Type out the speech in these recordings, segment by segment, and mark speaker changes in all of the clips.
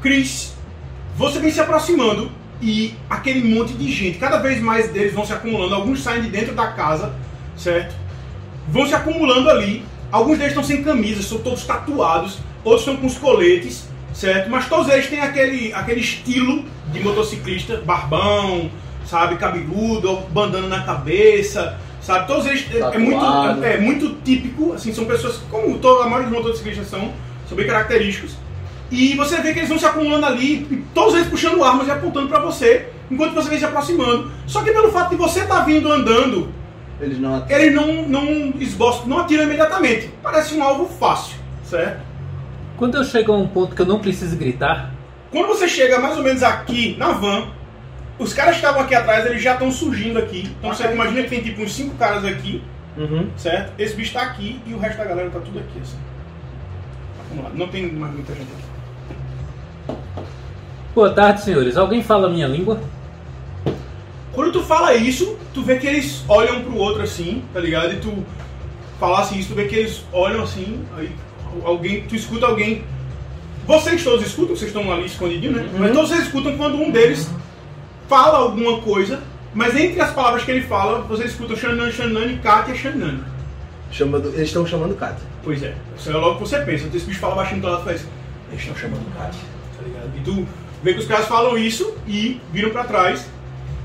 Speaker 1: Chris, você vem se aproximando e aquele monte de gente, cada vez mais deles vão se acumulando, alguns saem de dentro da casa, certo? Vão se acumulando ali, alguns deles estão sem camisas, são todos tatuados, outros estão com os coletes, certo? Mas todos eles têm aquele, aquele estilo de motociclista, barbão, sabe, cabeludo, bandana na cabeça, sabe? Todos eles é- é muito,
Speaker 2: Tatuado.
Speaker 1: é muito típico, assim, são pessoas, como toda a maioria dos motociclistas são, são bem característicos. E você vê que eles vão se acumulando ali, e todos eles puxando armas e apontando pra você, enquanto você vem se aproximando. Só que pelo fato de você estar vindo andando,
Speaker 2: Eles não atiram.
Speaker 1: eles não, não esboçam, não atiram imediatamente. Parece um alvo fácil, certo?
Speaker 3: Quando eu chego a um ponto que eu não preciso gritar,
Speaker 1: Quando você chega mais ou menos aqui na van, os caras que estavam aqui atrás, eles já estão surgindo aqui. Então você imagina que tem tipo uns cinco caras aqui, certo? Esse bicho tá aqui e o resto da galera tá tudo aqui, assim. Vamos lá, não tem mais muita gente aqui.
Speaker 3: boa tarde, senhores. Alguém fala a minha língua?
Speaker 1: Quando tu fala isso, tu vê que eles olham pro outro assim, tá ligado? E tu falasse isso, tu vê que eles olham assim, aí alguém, tu escuta alguém. Vocês todos escutam, vocês estão ali escondidinho, né? Mas todos vocês escutam quando um deles fala alguma coisa, mas entre as palavras que ele fala, vocês escutam Xanan, Xanan e Kátia Xanan.
Speaker 2: Chamando... Eles estão chamando o Cátia.
Speaker 1: Pois é, isso é logo que você pensa. Esse bicho fala baixinho do teu lado e faz. Eles estão chamando o Cátia, tá ligado? E tu vê que os caras falam isso e viram pra trás.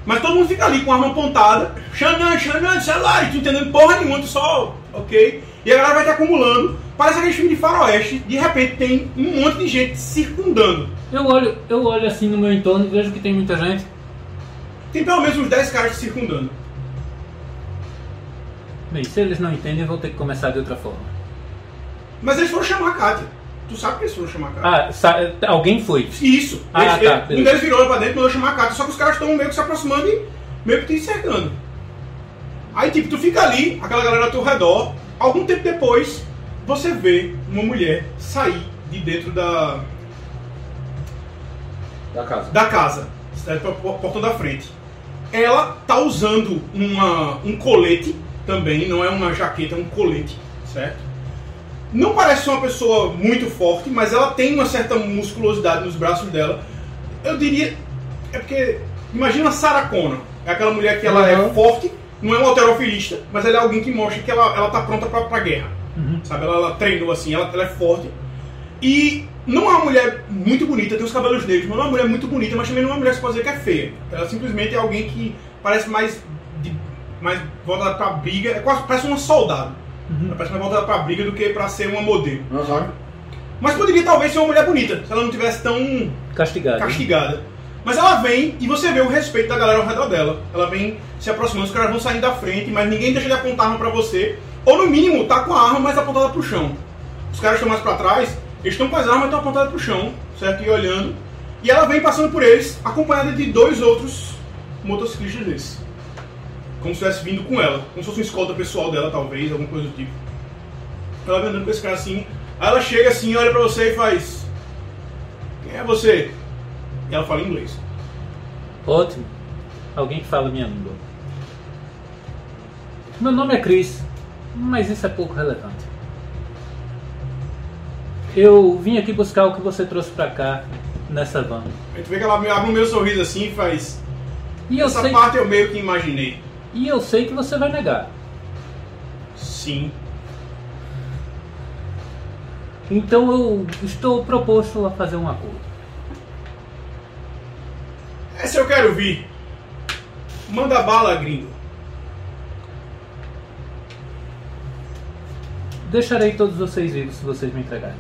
Speaker 1: Mas todo mundo fica ali com a arma apontada. Xanan, Xanan, sei lá, e é tu entendendo porra nenhuma, tu só. Ok? E a galera vai te acumulando. Parece aquele filme de faroeste. De repente tem um monte de gente circundando.
Speaker 3: Eu olho, eu olho assim no meu entorno e vejo que tem muita gente.
Speaker 1: Tem pelo menos uns 10 caras te circundando.
Speaker 3: Bem, se eles não entendem, eu vou ter que começar de outra forma.
Speaker 1: Mas eles foram chamar a Kátia. Tu sabe que eles foram chamar a Kátia.
Speaker 3: Ah, sa- alguém foi.
Speaker 1: Isso.
Speaker 3: Ah,
Speaker 1: Eles-
Speaker 3: tá,
Speaker 1: ele-
Speaker 3: beleza.
Speaker 1: um deles virou pra dentro e mandou chamar a Cátia. Só que os caras estão meio que se aproximando e meio que te encercando. Aí, tipo, tu fica ali, aquela galera ao teu redor. Algum tempo depois, você vê uma mulher sair de dentro da,
Speaker 2: Da casa.
Speaker 1: da casa, certo? Pra por- portão da frente. Ela tá usando uma, um colete também, não é uma jaqueta, é um colete, certo? Não parece ser uma pessoa muito forte, mas ela tem uma certa musculosidade nos braços dela. Eu diria. É porque. Imagina a Sarah Connor. É aquela mulher que ela é
Speaker 2: Uhum.
Speaker 1: forte, não é uma alterofilista, mas ela é alguém que mostra que ela, ela tá pronta pra, pra guerra. Sabe? Ela, ela treinou assim, ela, ela é forte. E não é uma mulher muito bonita, tem os cabelos negros, mas não é uma mulher muito bonita, mas também não é uma mulher que se pode dizer que é feia. Ela simplesmente é alguém que parece mais. de- mais voltada pra briga, é quase, parece uma soldado. Ela parece mais voltada pra briga do que pra ser uma modelo.
Speaker 2: Aham.
Speaker 1: Mas poderia talvez ser uma mulher bonita, se ela não tivesse tão
Speaker 3: Castigado.
Speaker 1: castigada. Mas ela vem e você vê o respeito da galera ao redor dela. Ela vem se aproximando, os caras vão saindo da frente, mas ninguém deixa de apontar arma pra você. Ou no mínimo, tá com a arma mais apontada pro chão. Os caras estão mais pra trás, eles estão com as armas estão apontadas pro chão, certo? E olhando. E ela vem passando por eles, acompanhada de dois outros motociclistas desses. Como se estivesse vindo com ela. Como se fosse uma escolta pessoal dela, talvez, alguma coisa do tipo. Ela vem andando com esse cara assim. Aí ela chega assim, olha pra você e faz. Quem é você? E ela fala em inglês.
Speaker 3: Ótimo. Alguém que fala a minha língua. Meu nome é Chris, mas isso é pouco relevante. Eu vim aqui buscar o que você trouxe pra cá nessa van.
Speaker 1: Aí tu vê que ela me- abre um meu sorriso assim e faz.
Speaker 3: E eu,
Speaker 1: Essa
Speaker 3: sei,
Speaker 1: parte eu meio que imaginei.
Speaker 3: e eu sei que você vai negar.
Speaker 1: Sim.
Speaker 3: Então eu estou proposto a fazer um acordo.
Speaker 1: Essa eu quero vir. Manda bala, gringo.
Speaker 3: Deixarei todos vocês vivos se vocês me entregarem.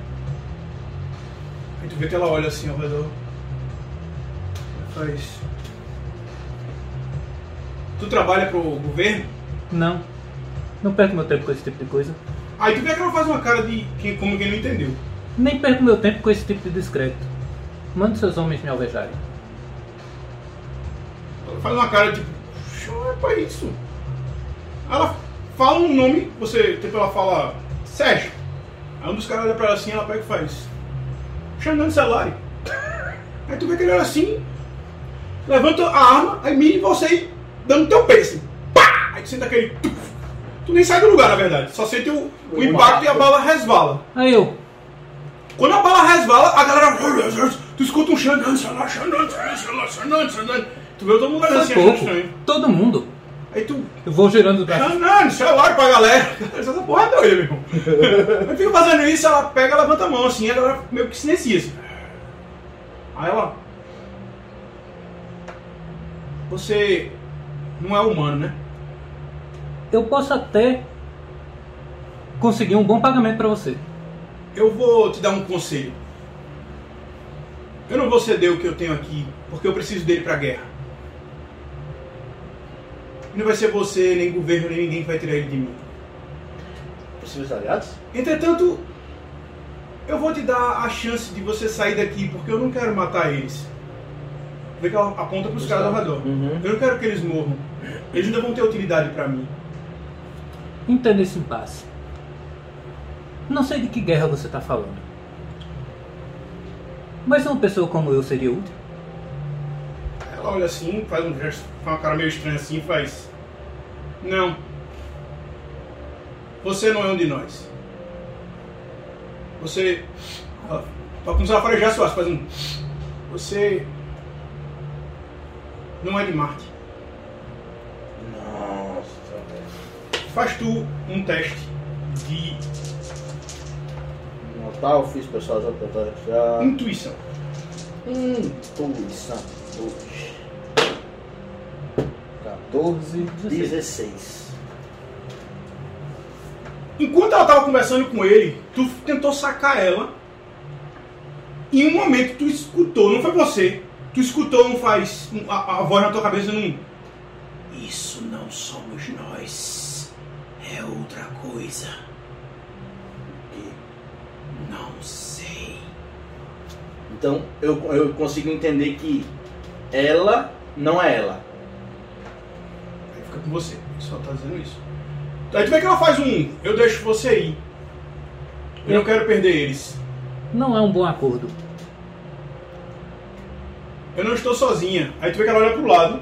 Speaker 1: Aí tu vê que ela olha assim ao redor. Faz. Tu trabalha pro governo?
Speaker 3: Não. Não perco meu tempo com esse tipo de coisa.
Speaker 1: Aí tu vê que ela faz uma cara de quem, como quem não entendeu.
Speaker 3: Nem perco meu tempo com esse tipo de discreto. Mande seus homens me alvejarem.
Speaker 1: Ela faz uma cara tipo, chora pra isso. Ela fala um nome, você, tipo, ela fala Sérgio. Aí um dos caras olha pra ela assim, ela pega e faz. Xandan Celari. Aí tu vê que ele olha assim, levanta a arma, aí mira em você e dando teu peso. Pá! Aí tu senta aquele. tuf. Tu nem sai do lugar, na verdade. Só sente o, o impacto e a bala resvala.
Speaker 3: Aí Ah, eu,
Speaker 1: Quando a bala resvala, a galera Tu escuta um Xandan, Xandan, Xandan, Xandan, Xandan, Xandan. Tu vê todo mundo olhando assim, achando
Speaker 3: Faz é pouco.
Speaker 1: estranho.
Speaker 3: Todo mundo.
Speaker 1: Aí tu,
Speaker 3: Eu vou girando os braços.
Speaker 1: Xandan, celular é pra galera. Essa porra é doida, meu irmão. Aí fica fazendo isso, ela pega, levanta a mão assim, a galera meio que silencia. assim. Aí ela. Você não é humano, né?
Speaker 3: Eu posso até conseguir um bom pagamento pra você.
Speaker 1: Eu vou te dar um conselho. Eu não vou ceder o que eu tenho aqui, porque eu preciso dele pra guerra. E Não vai ser você, nem governo, nem ninguém que vai tirar ele de mim.
Speaker 2: Possíveis aliados?
Speaker 1: Entretanto, eu vou te dar a chance de você sair daqui, porque eu não quero matar eles. Vê que ela aponta pros caras ao redor.
Speaker 2: Uhum.
Speaker 1: Eu não quero que eles morram. Eles ainda vão ter utilidade pra mim.
Speaker 3: Entenda esse impasse. Não sei de que guerra você tá falando. Mas uma pessoa como eu seria útil?
Speaker 1: Ela olha assim, faz um gesto, faz uma cara meio estranha assim, faz. Não. Você não é um de nós. Você. Ela Vai começar a farejar suas, faz um. Você. Não é de Marte.
Speaker 2: Nossa, velho.
Speaker 1: Faz tu um teste de
Speaker 2: Mortal, fiz pessoal já pra já. Hum,
Speaker 1: intuição.
Speaker 2: Intuição. 2. 14, 16.
Speaker 1: Enquanto ela tava conversando com ele, tu tentou sacar ela. Em um momento tu escutou, não foi você. Tu escutou um faz um- a, a voz na tua cabeça num. Isso não somos nós. É outra coisa. E não sei.
Speaker 4: Então eu, eu consigo entender que ela não é ela.
Speaker 1: Aí fica com você. Só tá dizendo isso. Aí tu vê que ela faz um. Eu deixo você ir. Eu não quero perder eles.
Speaker 3: Não é um bom acordo.
Speaker 1: Eu não estou sozinha. Aí tu vê que ela olha pro lado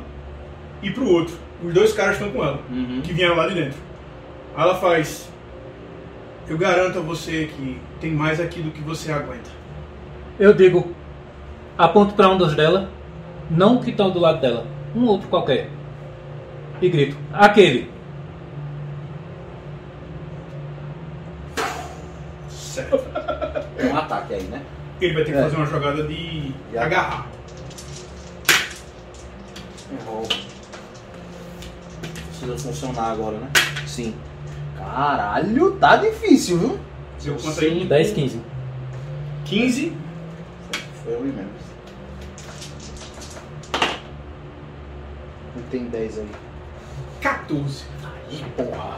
Speaker 1: e pro outro. Os dois caras estão com ela. que vieram lá de dentro. Aí ela faz: Eu garanto a você que tem mais aqui do que você aguenta.
Speaker 3: Eu digo, aponto pra um dos dela, não que estão do lado dela, um outro qualquer. E grito, aquele.
Speaker 1: Certo.
Speaker 4: É um ataque aí, né?
Speaker 1: Ele vai ter que
Speaker 2: É.
Speaker 1: fazer uma jogada de
Speaker 2: E a-
Speaker 1: agarrar.
Speaker 4: Enrolo. Precisa funcionar agora, né?
Speaker 2: Sim.
Speaker 4: Caralho, tá difícil, viu?
Speaker 1: Seu quanto aí?
Speaker 3: 10, 15.
Speaker 1: 15.
Speaker 4: Foi eu mesmo.
Speaker 2: Não tem 10 aí.
Speaker 1: 14.
Speaker 4: Ih, porra.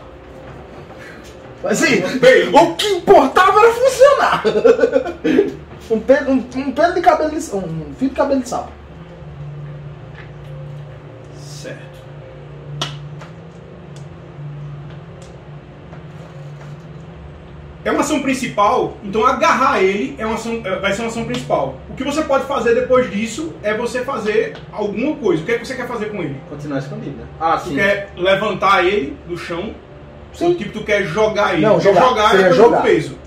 Speaker 2: Mas assim,
Speaker 1: Bem,
Speaker 2: o que importava era funcionar. um, pelo, um, um pelo de cabelo de sapo. Um fio de cabelo de sapo.
Speaker 1: Certo. É uma ação principal, então agarrar ele é uma ação, é- vai ser uma ação principal. O que você pode fazer depois disso é você fazer alguma coisa. O que é que você quer fazer com ele?
Speaker 4: Continuar escondido, né? Ah,
Speaker 1: Tu
Speaker 4: sim.
Speaker 1: quer levantar ele do chão.
Speaker 2: assim. Sim.
Speaker 1: Ou tipo, tu quer jogar ele.
Speaker 2: Não,
Speaker 1: Porque
Speaker 2: jogar.
Speaker 1: jogar
Speaker 2: Seria
Speaker 1: é
Speaker 2: jogar.
Speaker 1: jogar. peso.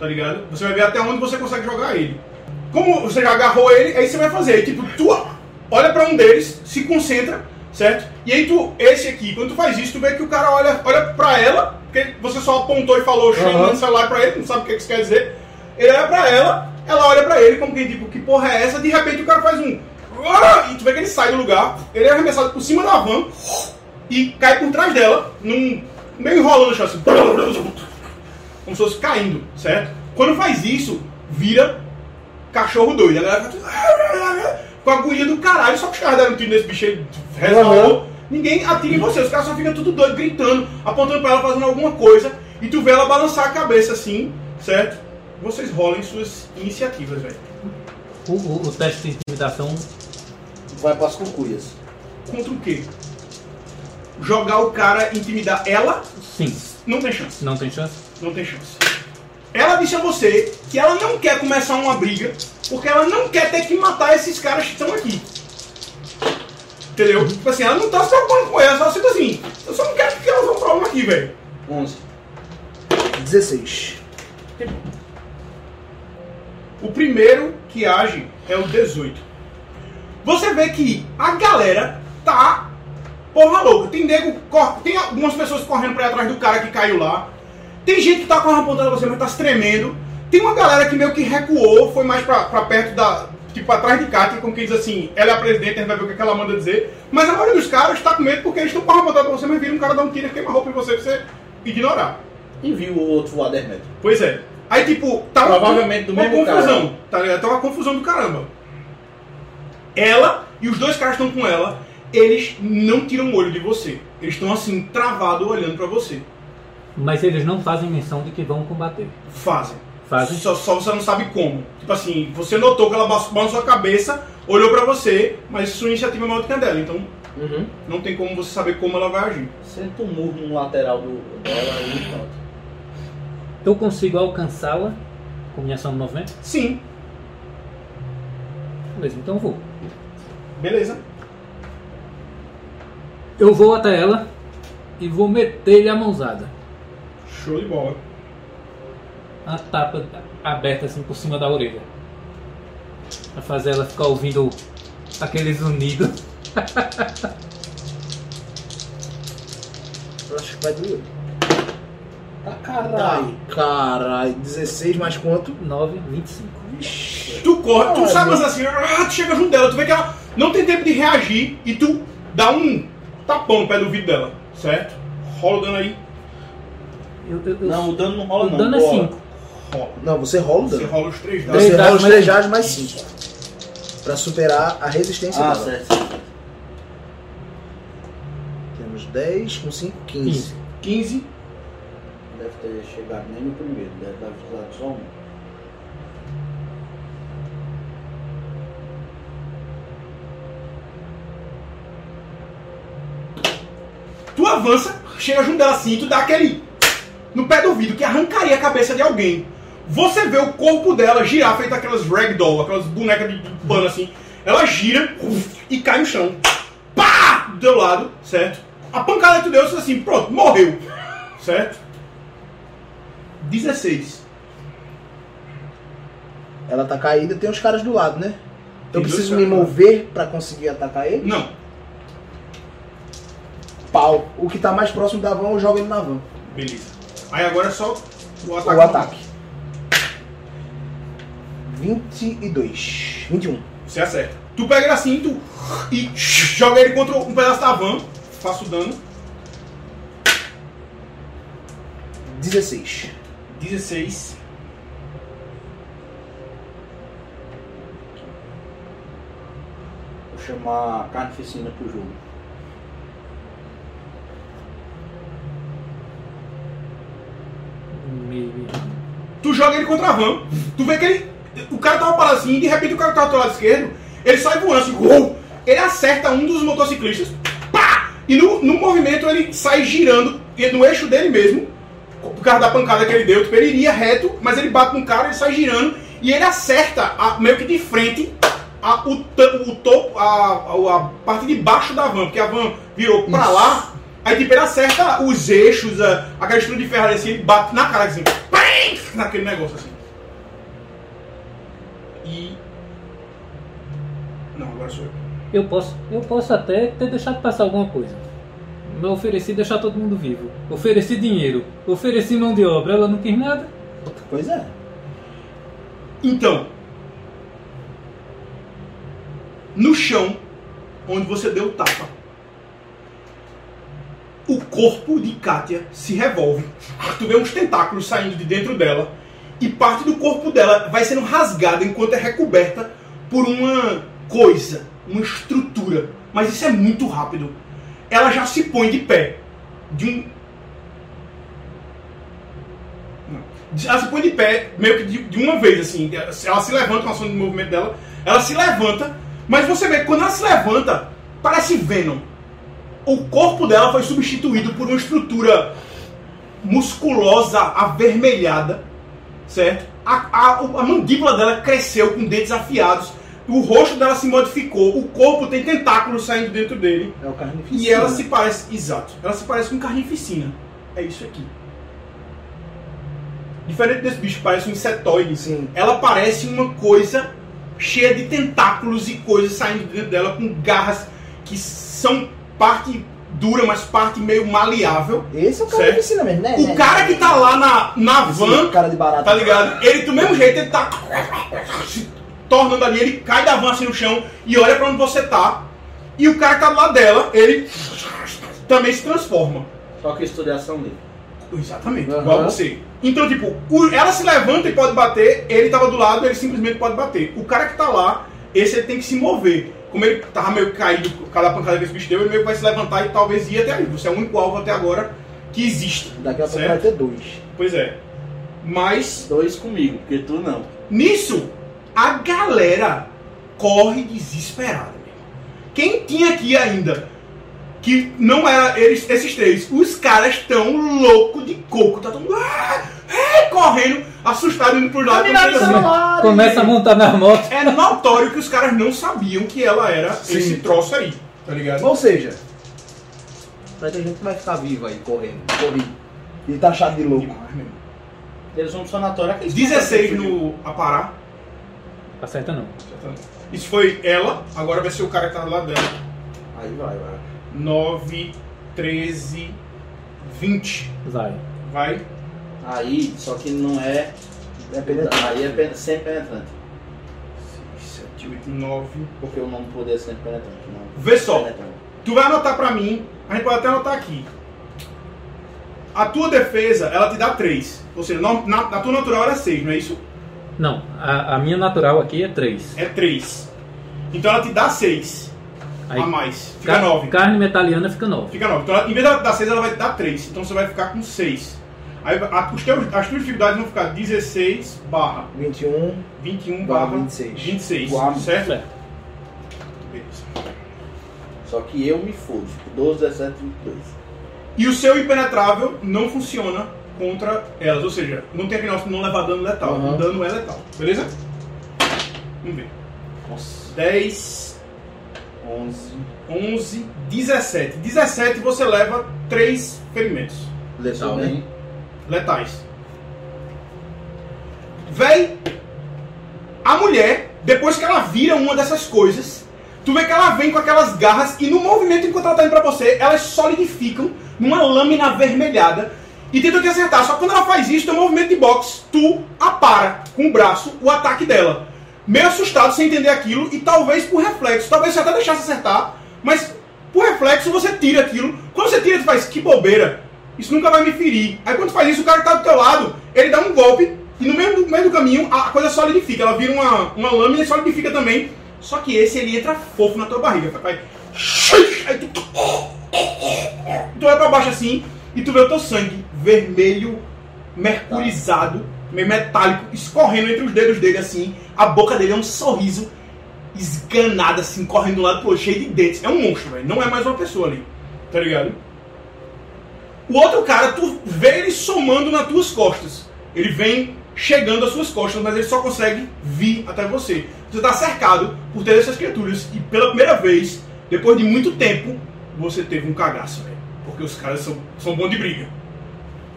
Speaker 1: Tá ligado? Você vai ver até onde você consegue jogar ele. Como você já agarrou ele, aí você vai fazer. Aí, tipo, tu olha pra um deles, se concentra, certo? E aí tu, esse aqui, quando tu faz isso, tu vê que o cara olha, olha pra ela, porque você só apontou e falou chama
Speaker 2: Aham.
Speaker 1: no celular pra ele, não sabe o que que isso quer dizer. Ele olha pra ela, ela olha pra ele, como quem tipo, que porra é essa? De repente o cara faz um. "Ah!" E tu vê que ele sai do lugar, ele é arremessado por cima da van e cai por trás dela, num meio enrolando no chão, assim, como se fosse caindo, certo? Quando faz isso, vira cachorro doido. A galera fica com a agonia do caralho, só que os caras deram um tiro nesse bicho aí, resvalou. Ninguém atira em você, os caras só ficam tudo doido, gritando, apontando pra ela, fazendo alguma coisa. E tu vê ela balançar a cabeça assim, certo? Vocês rolem suas iniciativas, velho.
Speaker 3: O, o- o teste de intimidação
Speaker 4: Vai pras cucuias.
Speaker 1: Contra o quê? Jogar o cara, intimidar ela,
Speaker 3: Sim.
Speaker 1: não tem chance.
Speaker 3: Não tem chance?
Speaker 1: Não tem chance. Ela disse a você que ela não quer começar uma briga, porque ela não quer ter que matar esses caras que estão aqui. Entendeu? Tipo assim, ela não tá se preocupando com ela, só senta assim, eu só não quero que elas vão pra uma aqui, velho.
Speaker 4: 11.
Speaker 2: 16.
Speaker 1: O primeiro que age é o 18. Você vê que a galera tá porra louca. Tem nego, cor- tem algumas pessoas correndo pra ir atrás do cara que caiu lá. Tem gente que tá com a arma apontada pra você, mas tá se tremendo. Tem uma galera que meio que recuou, foi mais pra, pra perto da. Tipo, atrás de Katia, como quem diz assim, ela é a presidente, a gente vai ver o que, é que ela manda dizer. Mas a maioria dos caras tá com medo porque eles estão com a arma apontada pra você, mas vira um cara dar um tiro e queima a roupa em você pra você ignorar.
Speaker 4: E viu o outro voar 10 metros.
Speaker 1: Pois é. Aí, tipo, tá uma-
Speaker 4: Provavelmente do
Speaker 1: uma
Speaker 4: mesmo né?
Speaker 1: confusão, tá ligado? Tá uma confusão do caramba. Ela e os dois caras estão com ela, eles não tiram o olho de você. Eles estão assim, travado olhando pra você.
Speaker 3: Mas eles não fazem menção de que vão combater.
Speaker 1: Fazem.
Speaker 3: Fazem?
Speaker 1: Só, só você não sabe como. Tipo assim, você notou que ela bas- balançou a cabeça, olhou pra você, mas sua iniciativa é maior do que a dela, então
Speaker 4: Uhum.
Speaker 1: não tem como você saber como ela vai agir.
Speaker 4: Senta um murro no lateral do, dela e pronto.
Speaker 3: Eu consigo alcançá-la com minha ação de movimento?
Speaker 1: Sim,
Speaker 3: Beleza, então eu vou.
Speaker 1: beleza.
Speaker 3: Eu vou até ela e vou meter-lhe a mãozada.
Speaker 1: Show de bola.
Speaker 3: Uma tapa aberta assim por cima da orelha. Pra fazer ela ficar ouvindo aqueles unidos.
Speaker 2: Eu acho que vai doer.
Speaker 4: Tá
Speaker 2: Ai, caralho. 16 mais quanto?
Speaker 3: 9, 25.
Speaker 1: Tu corre, tu
Speaker 2: Caralho.
Speaker 1: sabe mas assim, ah, tu chega junto dela, tu vê que ela não tem tempo de reagir e tu dá um tapão no pé do vidro dela, certo? Rola o dano aí,
Speaker 3: Eu, eu, eu-
Speaker 4: Não, o dano não rola
Speaker 3: o
Speaker 4: não.
Speaker 3: dano é
Speaker 4: bola.
Speaker 3: 5.
Speaker 1: rola.
Speaker 2: Não, você rola o
Speaker 1: Você
Speaker 2: dano.
Speaker 1: rola os três dados.
Speaker 3: Três
Speaker 2: Você
Speaker 3: dados
Speaker 2: rola os
Speaker 3: mais
Speaker 2: 3 dados mais 5. Pra superar a resistência
Speaker 4: Ah,
Speaker 2: dela.
Speaker 4: certo.
Speaker 2: Temos 10 com 5, 15.
Speaker 1: 15,
Speaker 4: Deve ter chegado nem no primeiro, deve ter usado só um.
Speaker 1: tu avança, chega junto dela assim, tu dá aquele no pé do vidro que arrancaria a cabeça de alguém. Você vê o corpo dela girar, feito aquelas ragdoll, aquelas bonecas de de pano assim. Ela gira uf, e cai no chão. Pá! Do teu lado, certo? A pancada que tu deu, você assim, pronto, morreu. Certo? 16.
Speaker 2: Ela tá caída, tem os caras do lado, né? Eu
Speaker 1: Tem dois
Speaker 2: preciso me
Speaker 1: caras. né?
Speaker 2: mover pra conseguir atacar ele.
Speaker 1: Não.
Speaker 2: Pau. O que tá mais próximo da van, eu jogo ele na van.
Speaker 1: Beleza. Aí agora é só o ataque.
Speaker 2: O ataque. 22. 21.
Speaker 1: Você acerta. Tu pega ele assim tu, e joga ele contra um pedaço da van. Faço dano.
Speaker 2: 16.
Speaker 1: 16.
Speaker 4: Vou chamar a carnificina pro jogo.
Speaker 3: Meio.
Speaker 1: Tu joga ele contra a van. Tu vê que ele. O cara tava parado assim, e de repente o cara que tava do teu lado esquerdo, ele sai voando assim. uou! Ele acerta um dos motociclistas. Pá! E no, no movimento ele sai girando e no eixo dele mesmo. Por causa da pancada que ele deu, tipo, ele iria reto, mas ele bate no cara, ele sai girando e ele acerta a- meio que de frente a- o, ta- o topo, a, a- a parte de baixo da van, porque a van virou pra lá. Aí tipo, ele acerta os eixos, a, aquela estrutura de ferro ali, assim, ele bate na cara assim. Bang! Naquele negócio assim. E. Não, agora sou eu.
Speaker 3: Eu posso, eu posso até ter deixado passar alguma coisa. Mas eu ofereci deixar todo mundo vivo. Ofereci dinheiro. Ofereci mão de obra. Ela não quis nada.
Speaker 2: Pois é.
Speaker 1: Então. No chão, onde você deu o tapa, o corpo de Kátia se revolve. Tu vê uns tentáculos saindo de dentro dela. E parte do corpo dela vai sendo rasgada enquanto é recoberta por uma coisa, uma estrutura. Mas isso é muito rápido. Ela já se põe de pé. De um. Não. Ela se põe de pé, meio que de, de uma vez, assim. Ela se ela se levanta com a ação de movimento dela. Ela se levanta, mas você vê que quando ela se levanta, parece Venom. O corpo dela foi substituído por uma estrutura musculosa, avermelhada, certo? A, a- a mandíbula dela cresceu com dentes afiados. O rosto dela se modificou. O corpo tem tentáculos saindo dentro dele.
Speaker 2: É o carnificina.
Speaker 1: E ela se parece. Exato. Ela se parece com carnificina. É isso aqui. Diferente desse bicho que parece um insetoide,
Speaker 2: Sim.
Speaker 1: ela parece uma coisa cheia de tentáculos e coisas saindo de dentro dela com garras que são parte dura, mas parte meio maleável.
Speaker 2: Esse é o cara
Speaker 1: Certo.
Speaker 2: da piscina mesmo, né?
Speaker 1: O
Speaker 2: né?
Speaker 1: cara que tá lá na, na
Speaker 2: Esse
Speaker 1: van,
Speaker 2: cara de barata.
Speaker 1: tá ligado? Ele do mesmo jeito, ele tá se tornando ali, ele cai da van assim no chão e olha pra onde você tá. E o cara que tá do lado dela, ele também se transforma.
Speaker 4: Só que eu estudei a ação dele.
Speaker 1: Exatamente,
Speaker 2: Aham.
Speaker 1: igual a você. Então, tipo, o- ela se levanta e pode bater, ele tava do lado, ele simplesmente pode bater. O cara que tá lá, esse ele tem que se mover. Como ele tava meio caído por cada pancada que esse bicho deu, ele meio que vai se levantar e talvez ir até ali. Você é o único alvo até agora que existe.
Speaker 2: Daqui a pouco
Speaker 1: Certo.
Speaker 2: vai ter dois.
Speaker 1: Pois é. Mas,
Speaker 4: Dois comigo, porque tu não.
Speaker 1: nisso, a galera corre desesperada. meu. Quem tinha aqui ainda, que não era eles, esses três, os caras estão louco de coco. Tá todo mundo "Ah! Ah!" correndo, assustado, indo pro lado. assim,
Speaker 3: Começa a montar na moto.
Speaker 1: É notório que os caras não sabiam que ela era
Speaker 2: Sim.
Speaker 1: esse troço aí, tá ligado?
Speaker 2: Ou seja,
Speaker 5: Vai ter gente que vai ficar viva aí correndo.
Speaker 2: corri. E tá achado de louco.
Speaker 1: Demais, meu irmão.
Speaker 4: Eles vão pro sanatório aqui.
Speaker 1: 16 no Apará.
Speaker 3: Acerta não.
Speaker 1: Isso foi ela, agora vai ser o cara que tá do lado dela.
Speaker 4: Aí vai, vai.
Speaker 1: 9, 13, 20.
Speaker 3: Vai.
Speaker 1: Vai.
Speaker 4: Aí, só que não é.
Speaker 2: É penetrante.
Speaker 4: Aí é pen... sempre penetrante.
Speaker 1: 7, 8, 9.
Speaker 4: Porque o nome do poder é sempre penetrante. Não.
Speaker 1: Vê só.
Speaker 4: Penetrante.
Speaker 1: Tu vai anotar pra mim, a gente pode até anotar aqui. A tua defesa, ela te dá 3. Ou seja, na, na- na tua natural era 6, não é isso?
Speaker 3: Não, a, a minha natural aqui é 3.
Speaker 1: É 3. Então ela te dá 6
Speaker 3: Aí,
Speaker 1: a mais. Fica 9.
Speaker 3: Carne metaliana fica 9.
Speaker 1: Fica 9. Então, ela- em vez dela dar 6, ela vai te dar 3. Então você vai ficar com 6. Aí a- os teus- as tuas dificuldades vão ficar 16 barra
Speaker 2: 21,
Speaker 1: 21
Speaker 2: barra
Speaker 1: barra
Speaker 2: 26.
Speaker 1: 26.
Speaker 2: Uau.
Speaker 1: Certo?
Speaker 3: Certo.
Speaker 1: Beleza.
Speaker 4: Só que eu me fodo. Tipo, 12, 17, 22.
Speaker 1: E o seu impenetrável não funciona contra elas. Ou seja, não tem aquele negócio de não levar dano letal.
Speaker 2: Aham.
Speaker 1: O dano é letal. Beleza? Vamos ver.
Speaker 4: Nossa.
Speaker 1: 10,
Speaker 4: 11.
Speaker 1: 11, 17. 17 você leva 3 ferimentos.
Speaker 5: Letal,
Speaker 4: Tudo bem.
Speaker 5: né?
Speaker 1: letais. Véi, a mulher, depois que ela vira uma dessas coisas, tu vê que ela vem com aquelas garras e no movimento enquanto ela tá indo pra você, elas solidificam numa lâmina avermelhada e tentam te acertar. Só que quando ela faz isso, teu movimento de boxe, tu apara com o braço o ataque dela. Meio assustado sem entender aquilo e talvez por reflexo, talvez você até deixasse acertar, mas por reflexo você tira aquilo. Quando você tira, tu faz que bobeira. Isso nunca vai me ferir. Aí quando tu faz isso, o cara que tá do teu lado, ele dá um golpe e no meio do, meio do caminho a coisa solidifica. Ela vira uma, uma lâmina e solidifica também. Só que esse ele entra fofo na tua barriga. Vai. Aí tu. Tu olha pra baixo assim e tu vê o teu sangue vermelho, mercurizado, meio metálico, escorrendo entre os dedos dele assim. A boca dele é um sorriso esganado, assim, correndo do lado pro outro, cheio de dentes. É um monstro, velho. Não é mais uma pessoa ali. Tá ligado? O outro cara, tu vê ele somando nas tuas costas. Ele vem chegando às suas costas, mas ele só consegue vir até você. Você tá cercado por ter essas criaturas e pela primeira vez, depois de muito tempo, você teve um cagaço, velho. Porque os caras são, são bons de briga.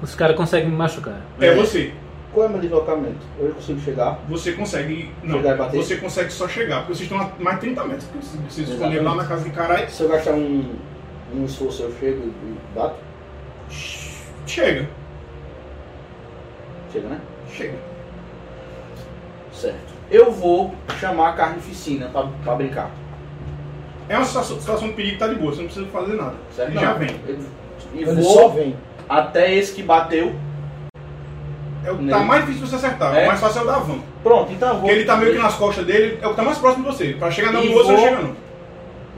Speaker 3: Os caras conseguem me machucar.
Speaker 1: É,
Speaker 4: É.
Speaker 1: você.
Speaker 4: Qual é o meu deslocamento? Eu consigo chegar?
Speaker 1: Você consegue. Não,
Speaker 4: Chegar e bater?
Speaker 1: você consegue só chegar, porque vocês estão a mais 30 metros. Porque vocês- vocês escolheram
Speaker 4: Exatamente.
Speaker 1: lá na casa de caralho.
Speaker 4: Se eu gastar um, um esforço, eu chego e bato?
Speaker 1: Chega,
Speaker 4: Chega, né?
Speaker 1: chega.
Speaker 4: Certo. Eu vou chamar a carnificina pra, pra brincar.
Speaker 1: É uma situação, situação de perigo, tá de boa, você não precisa fazer nada.
Speaker 4: Certo?
Speaker 1: Ele já
Speaker 4: Não.
Speaker 1: vem.
Speaker 4: Eu- E
Speaker 2: ele
Speaker 4: vou
Speaker 2: só vem.
Speaker 4: até esse que bateu.
Speaker 1: É o que
Speaker 4: Nele.
Speaker 1: tá mais difícil você acertar,
Speaker 4: É?
Speaker 1: o mais fácil é o da van.
Speaker 4: Pronto, então eu vou.
Speaker 1: Porque ele tá meio que nas costas dele, é o que tá mais próximo de você. Pra chegar na
Speaker 4: E
Speaker 1: do outro, você não
Speaker 4: vou-
Speaker 1: chega não.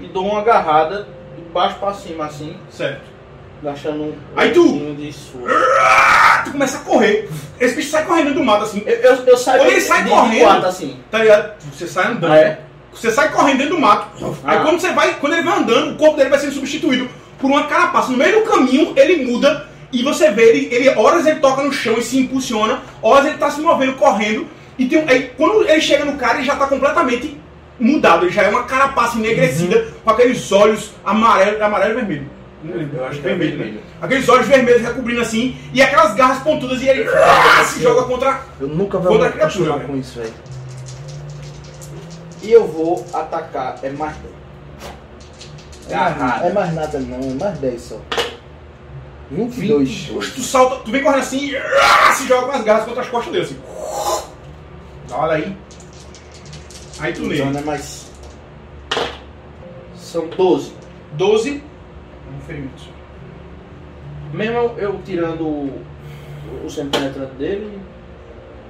Speaker 4: E dou uma agarrada de baixo pra cima, assim,
Speaker 1: Certo.
Speaker 4: gastando um
Speaker 1: Aí tu-
Speaker 4: pouquinho de esforço.
Speaker 1: Ah, tu começa a correr. Esse bicho sai correndo do mato assim,
Speaker 4: Eu, eu, eu saio
Speaker 1: Quando ele sai
Speaker 4: de,
Speaker 1: correndo-
Speaker 4: de quatro, assim.
Speaker 1: tá ligado? Você sai andando.
Speaker 4: Ah, é?
Speaker 1: Você sai correndo dentro do mato. Aí
Speaker 4: Ah.
Speaker 1: quando você vai, quando ele vai andando, o corpo dele vai sendo substituído por uma carapaça. No meio do caminho, ele muda e você vê ele, ele horas ele toca no chão e se impulsiona, horas ele tá se movendo, correndo. E tem um- aí, quando ele chega no cara, ele já tá completamente
Speaker 4: Uhum.
Speaker 1: mudado. Ele já é uma carapaça enegrecida, com aqueles olhos amarelo, amarelo e vermelho. Não lembro.
Speaker 4: Eu acho que é vermelho.
Speaker 1: Aqueles olhos vermelhos recobrindo assim, e aquelas garras pontudas, e ele se joga contra.
Speaker 2: Eu nunca vou
Speaker 1: Outra
Speaker 2: me acostumar
Speaker 1: criatura,
Speaker 2: com isso, velho.
Speaker 4: E eu vou atacar. É mais.
Speaker 2: É, mais nada-
Speaker 4: Agarrado.
Speaker 2: é mais nada não, é mais 10 só. 22.
Speaker 1: Tu salta, tu vem correndo assim, e se joga com as garras contra as costas dele, assim. Da hora aí. Aí tu
Speaker 4: Então
Speaker 1: nele.
Speaker 4: não é mais. São 12.
Speaker 1: 12. Um ferimento. só.
Speaker 4: Mesmo eu tirando o, o semi-penetrante dele.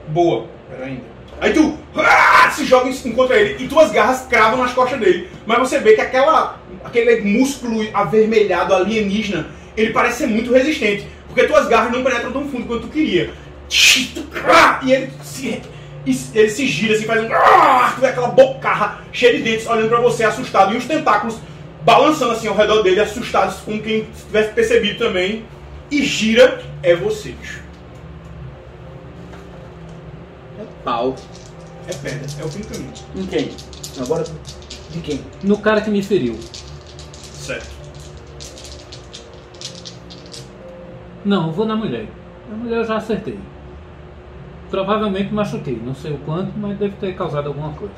Speaker 1: Boa. Pera ainda. Aí tu ah, se joga em- contra ele e tuas garras cravam nas costas dele. Mas você vê que aquela, aquele músculo avermelhado alienígena, ele parece ser muito resistente. Porque tuas garras não penetram tão fundo quanto tu queria. Tch, tu, ah, E ele se, e ele se gira, assim, faz um. ah, Tu vê aquela bocarra cheia de dentes olhando pra você assustado. E os tentáculos balançando assim ao redor dele, assustados com quem tivesse percebido também. E gira, é você, bicho.
Speaker 5: Pau.
Speaker 1: É pedra, é o fim do caminho.
Speaker 4: Em quem?
Speaker 2: Agora, de quem?
Speaker 3: No cara que me feriu.
Speaker 1: Certo.
Speaker 3: Não, eu vou na mulher. Na mulher eu já acertei. Provavelmente machuquei, não sei o quanto, mas deve ter causado alguma coisa.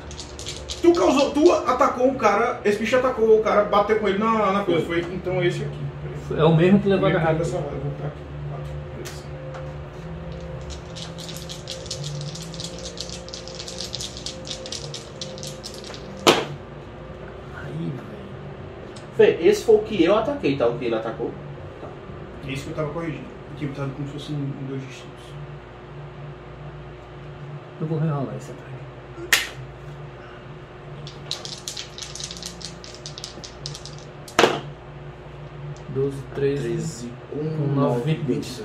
Speaker 1: Tu causou, tu atacou o cara, esse bicho atacou o cara, bateu com ele na, na coisa. Foi então esse aqui. Peraí.
Speaker 3: É o mesmo que levou
Speaker 1: Primeiro
Speaker 3: agarrado.
Speaker 1: dessa roda, vou botar aqui. Quatro, três.
Speaker 3: Aí, velho.
Speaker 4: Fê, esse foi o que eu ataquei, tá? O que ele atacou.
Speaker 1: É isso que eu tava corrigindo. Eu tinha botado como se fosse um, um dois distintos.
Speaker 3: Eu vou rerolar esse ataque. Doze, treze.
Speaker 5: 13.
Speaker 3: Um, nove, vinte e dois.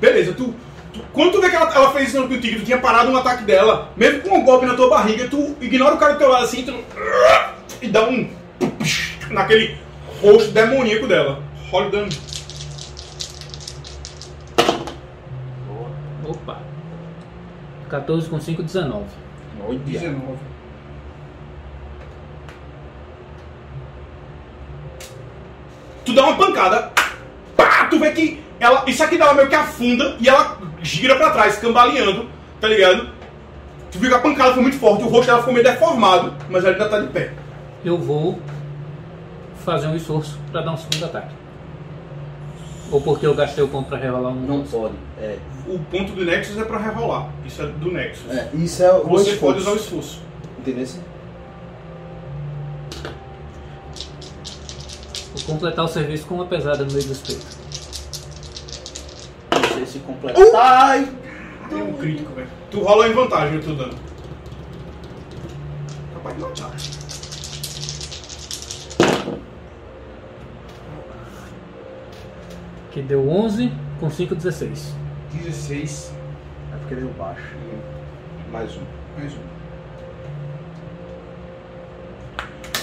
Speaker 1: Beleza, tu. tu- quando tu vê que ela, ela fez isso contigo, tu tinha parado um ataque dela, mesmo com um golpe na tua barriga, tu ignora o cara do teu lado assim, tu, e dá um. naquele rosto demoníaco dela. Rola o dano.
Speaker 3: Opa. 14 com 5, 19.
Speaker 4: Olha.
Speaker 1: 19. Tu dá uma pancada, pá, tu vê que ela, isso aqui dela meio que afunda e ela gira pra trás, cambaleando, tá ligado? Tu viu que a pancada foi muito forte, o rosto dela ficou meio deformado, mas ela ainda tá de pé.
Speaker 3: Eu vou fazer um esforço pra dar um segundo ataque. Ou porque eu gastei o ponto pra rerolar um.
Speaker 4: Não pode. É.
Speaker 1: O ponto do Nexus é pra rerolar, isso é do Nexus.
Speaker 4: É.
Speaker 2: Isso é o
Speaker 1: Você pode
Speaker 2: esforço.
Speaker 1: usar o esforço.
Speaker 2: Entendeu?
Speaker 3: Vou completar o serviço com uma pesada no meio dos peitos.
Speaker 4: Não sei se completa.
Speaker 1: Uh!
Speaker 4: Ai!
Speaker 1: Tem um crítico, velho. Tu rola em vantagem eu tô dando. Capaz de matar.
Speaker 3: Que deu 11 com 5, 16.
Speaker 1: 16,
Speaker 2: É porque deu baixo.
Speaker 4: Mais um.
Speaker 1: mais um.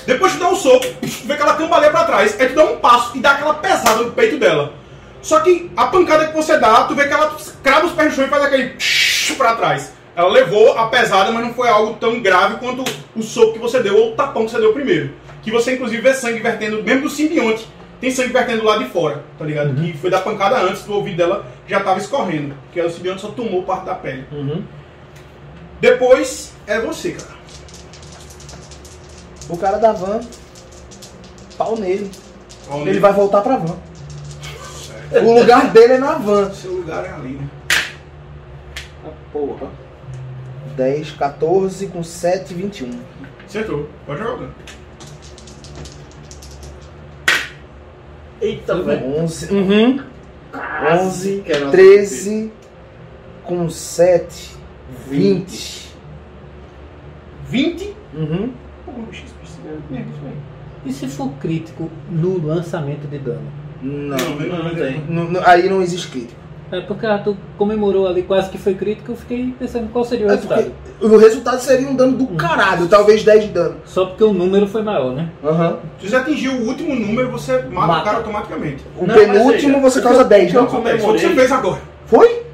Speaker 1: Depois tu dá um soco, vê que ela cambaleia pra trás, aí tu dá um passo e dá aquela pesada no peito dela. Só que a pancada que você dá, tu vê que ela crava os pés no chão e faz aquele pra trás. Ela levou a pesada, mas não foi algo tão grave quanto o soco que você deu ou o tapão que você deu primeiro. Que você inclusive vê sangue vertendo, mesmo do simbionte, tem sangue vertendo lá de fora, tá ligado? Que foi da pancada antes, do ouvido dela já tava escorrendo. Porque o simbionte só tomou parte da pele.
Speaker 3: Uhum.
Speaker 1: Depois é você, cara.
Speaker 2: O cara da van, pau nele.
Speaker 1: Qual o
Speaker 2: Ele
Speaker 1: nível?
Speaker 2: vai voltar pra van.
Speaker 1: Certo.
Speaker 2: O lugar dele é na van.
Speaker 1: Seu lugar é ali, né?
Speaker 4: Ah, porra.
Speaker 2: 10, 14 com 7, 21.
Speaker 1: Acertou. Pode jogar.
Speaker 4: Eita, velho.
Speaker 2: 11. Uhum. 11,
Speaker 4: que é era
Speaker 2: 13 com 7, 20.
Speaker 1: 20.
Speaker 2: Uhum.
Speaker 1: Tá
Speaker 3: E se for crítico no lançamento de dano?
Speaker 2: Não.
Speaker 4: Não, não tem.
Speaker 2: Não- não- aí não existe crítico.
Speaker 3: É porque Arthur comemorou ali quase que foi crítico, eu fiquei pensando qual seria o
Speaker 2: É
Speaker 3: resultado.
Speaker 2: porque o resultado seria um dano do caralho, talvez 10 de dano.
Speaker 3: Só porque o número foi maior, né?
Speaker 2: Aham.
Speaker 1: Se você atingir o último número, você mata,
Speaker 4: Mata.
Speaker 1: o cara automaticamente.
Speaker 2: O
Speaker 4: Não,
Speaker 2: penúltimo
Speaker 4: mas
Speaker 2: você
Speaker 4: seja,
Speaker 2: causa
Speaker 4: eu-
Speaker 2: 10,
Speaker 4: eu
Speaker 2: não?
Speaker 4: como-
Speaker 1: É isso que você
Speaker 4: Comemorei.
Speaker 1: fez agora.
Speaker 2: Foi?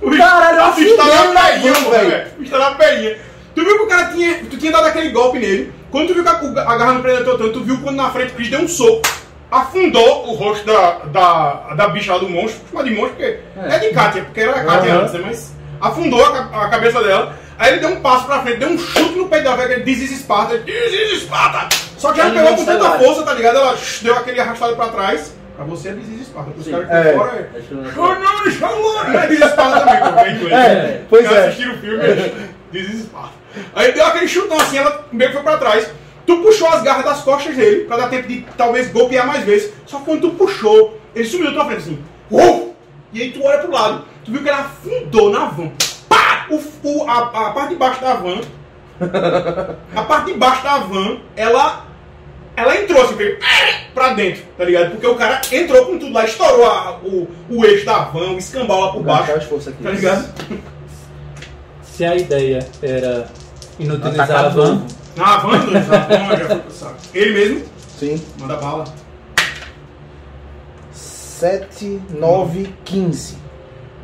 Speaker 1: O
Speaker 2: Caralho,
Speaker 1: bicho- o bicho tá
Speaker 2: afundei
Speaker 1: na
Speaker 2: na
Speaker 1: pelinha,
Speaker 2: mão,
Speaker 1: velho. O bicho tá na pelinha. Tu viu que o cara tinha. Tu tinha dado aquele golpe nele. Quando tu viu que a, a garra não prendeu tanto, tu viu quando na frente o bicho deu um soco. afundou o rosto da, da, da bicha lá do monstro. Chama de monstro porque é, de Kátia, porque era a Kátia
Speaker 2: Aham.
Speaker 1: antes, né? mas afundou a, ca- a cabeça dela. Aí ele deu um passo pra frente, deu um chute no peito da velha, ele diz Esparta, ele diz Esparta! Só que ela
Speaker 4: Ele
Speaker 1: pegou
Speaker 4: não
Speaker 1: com
Speaker 4: sai
Speaker 1: tanta
Speaker 4: mais.
Speaker 1: força, tá ligado? Ela shh, deu aquele arrastado pra trás. Pra você é diz Esparta, pros
Speaker 4: Sim.
Speaker 1: caras que
Speaker 2: É.
Speaker 1: estão fora é.
Speaker 4: Acho que não é
Speaker 1: Oh, não, Xalã! Não é diz Esparta também, porque é inglês.
Speaker 2: É, pois
Speaker 1: Os caras
Speaker 2: é.
Speaker 1: assistiram o filme, é. diz Esparta. Aí deu aquele chutão assim, ela meio que foi pra trás. Tu puxou as garras das costas dele, pra dar tempo de talvez golpear mais vezes. Só que quando tu puxou, ele sumiu da tua frente assim. Uou! E aí tu olha pro lado, tu viu que ela afundou na van. Pá! O, o- a, a parte de baixo da van. A parte de baixo da van, ela. Ela entrou assim, veio pra dentro, tá ligado? Porque o cara entrou com tudo lá, estourou a- o, o eixo da van, o escambau lá por baixo.
Speaker 2: Dá um esforço aqui.
Speaker 1: Tá ligado?
Speaker 3: Se a ideia era inutilizar
Speaker 2: Atacar
Speaker 3: a van,
Speaker 1: Ah, vamos, vamos, já foi pro saco. Ele mesmo,
Speaker 2: Sim.
Speaker 1: manda bala.
Speaker 2: 7, 9, 15.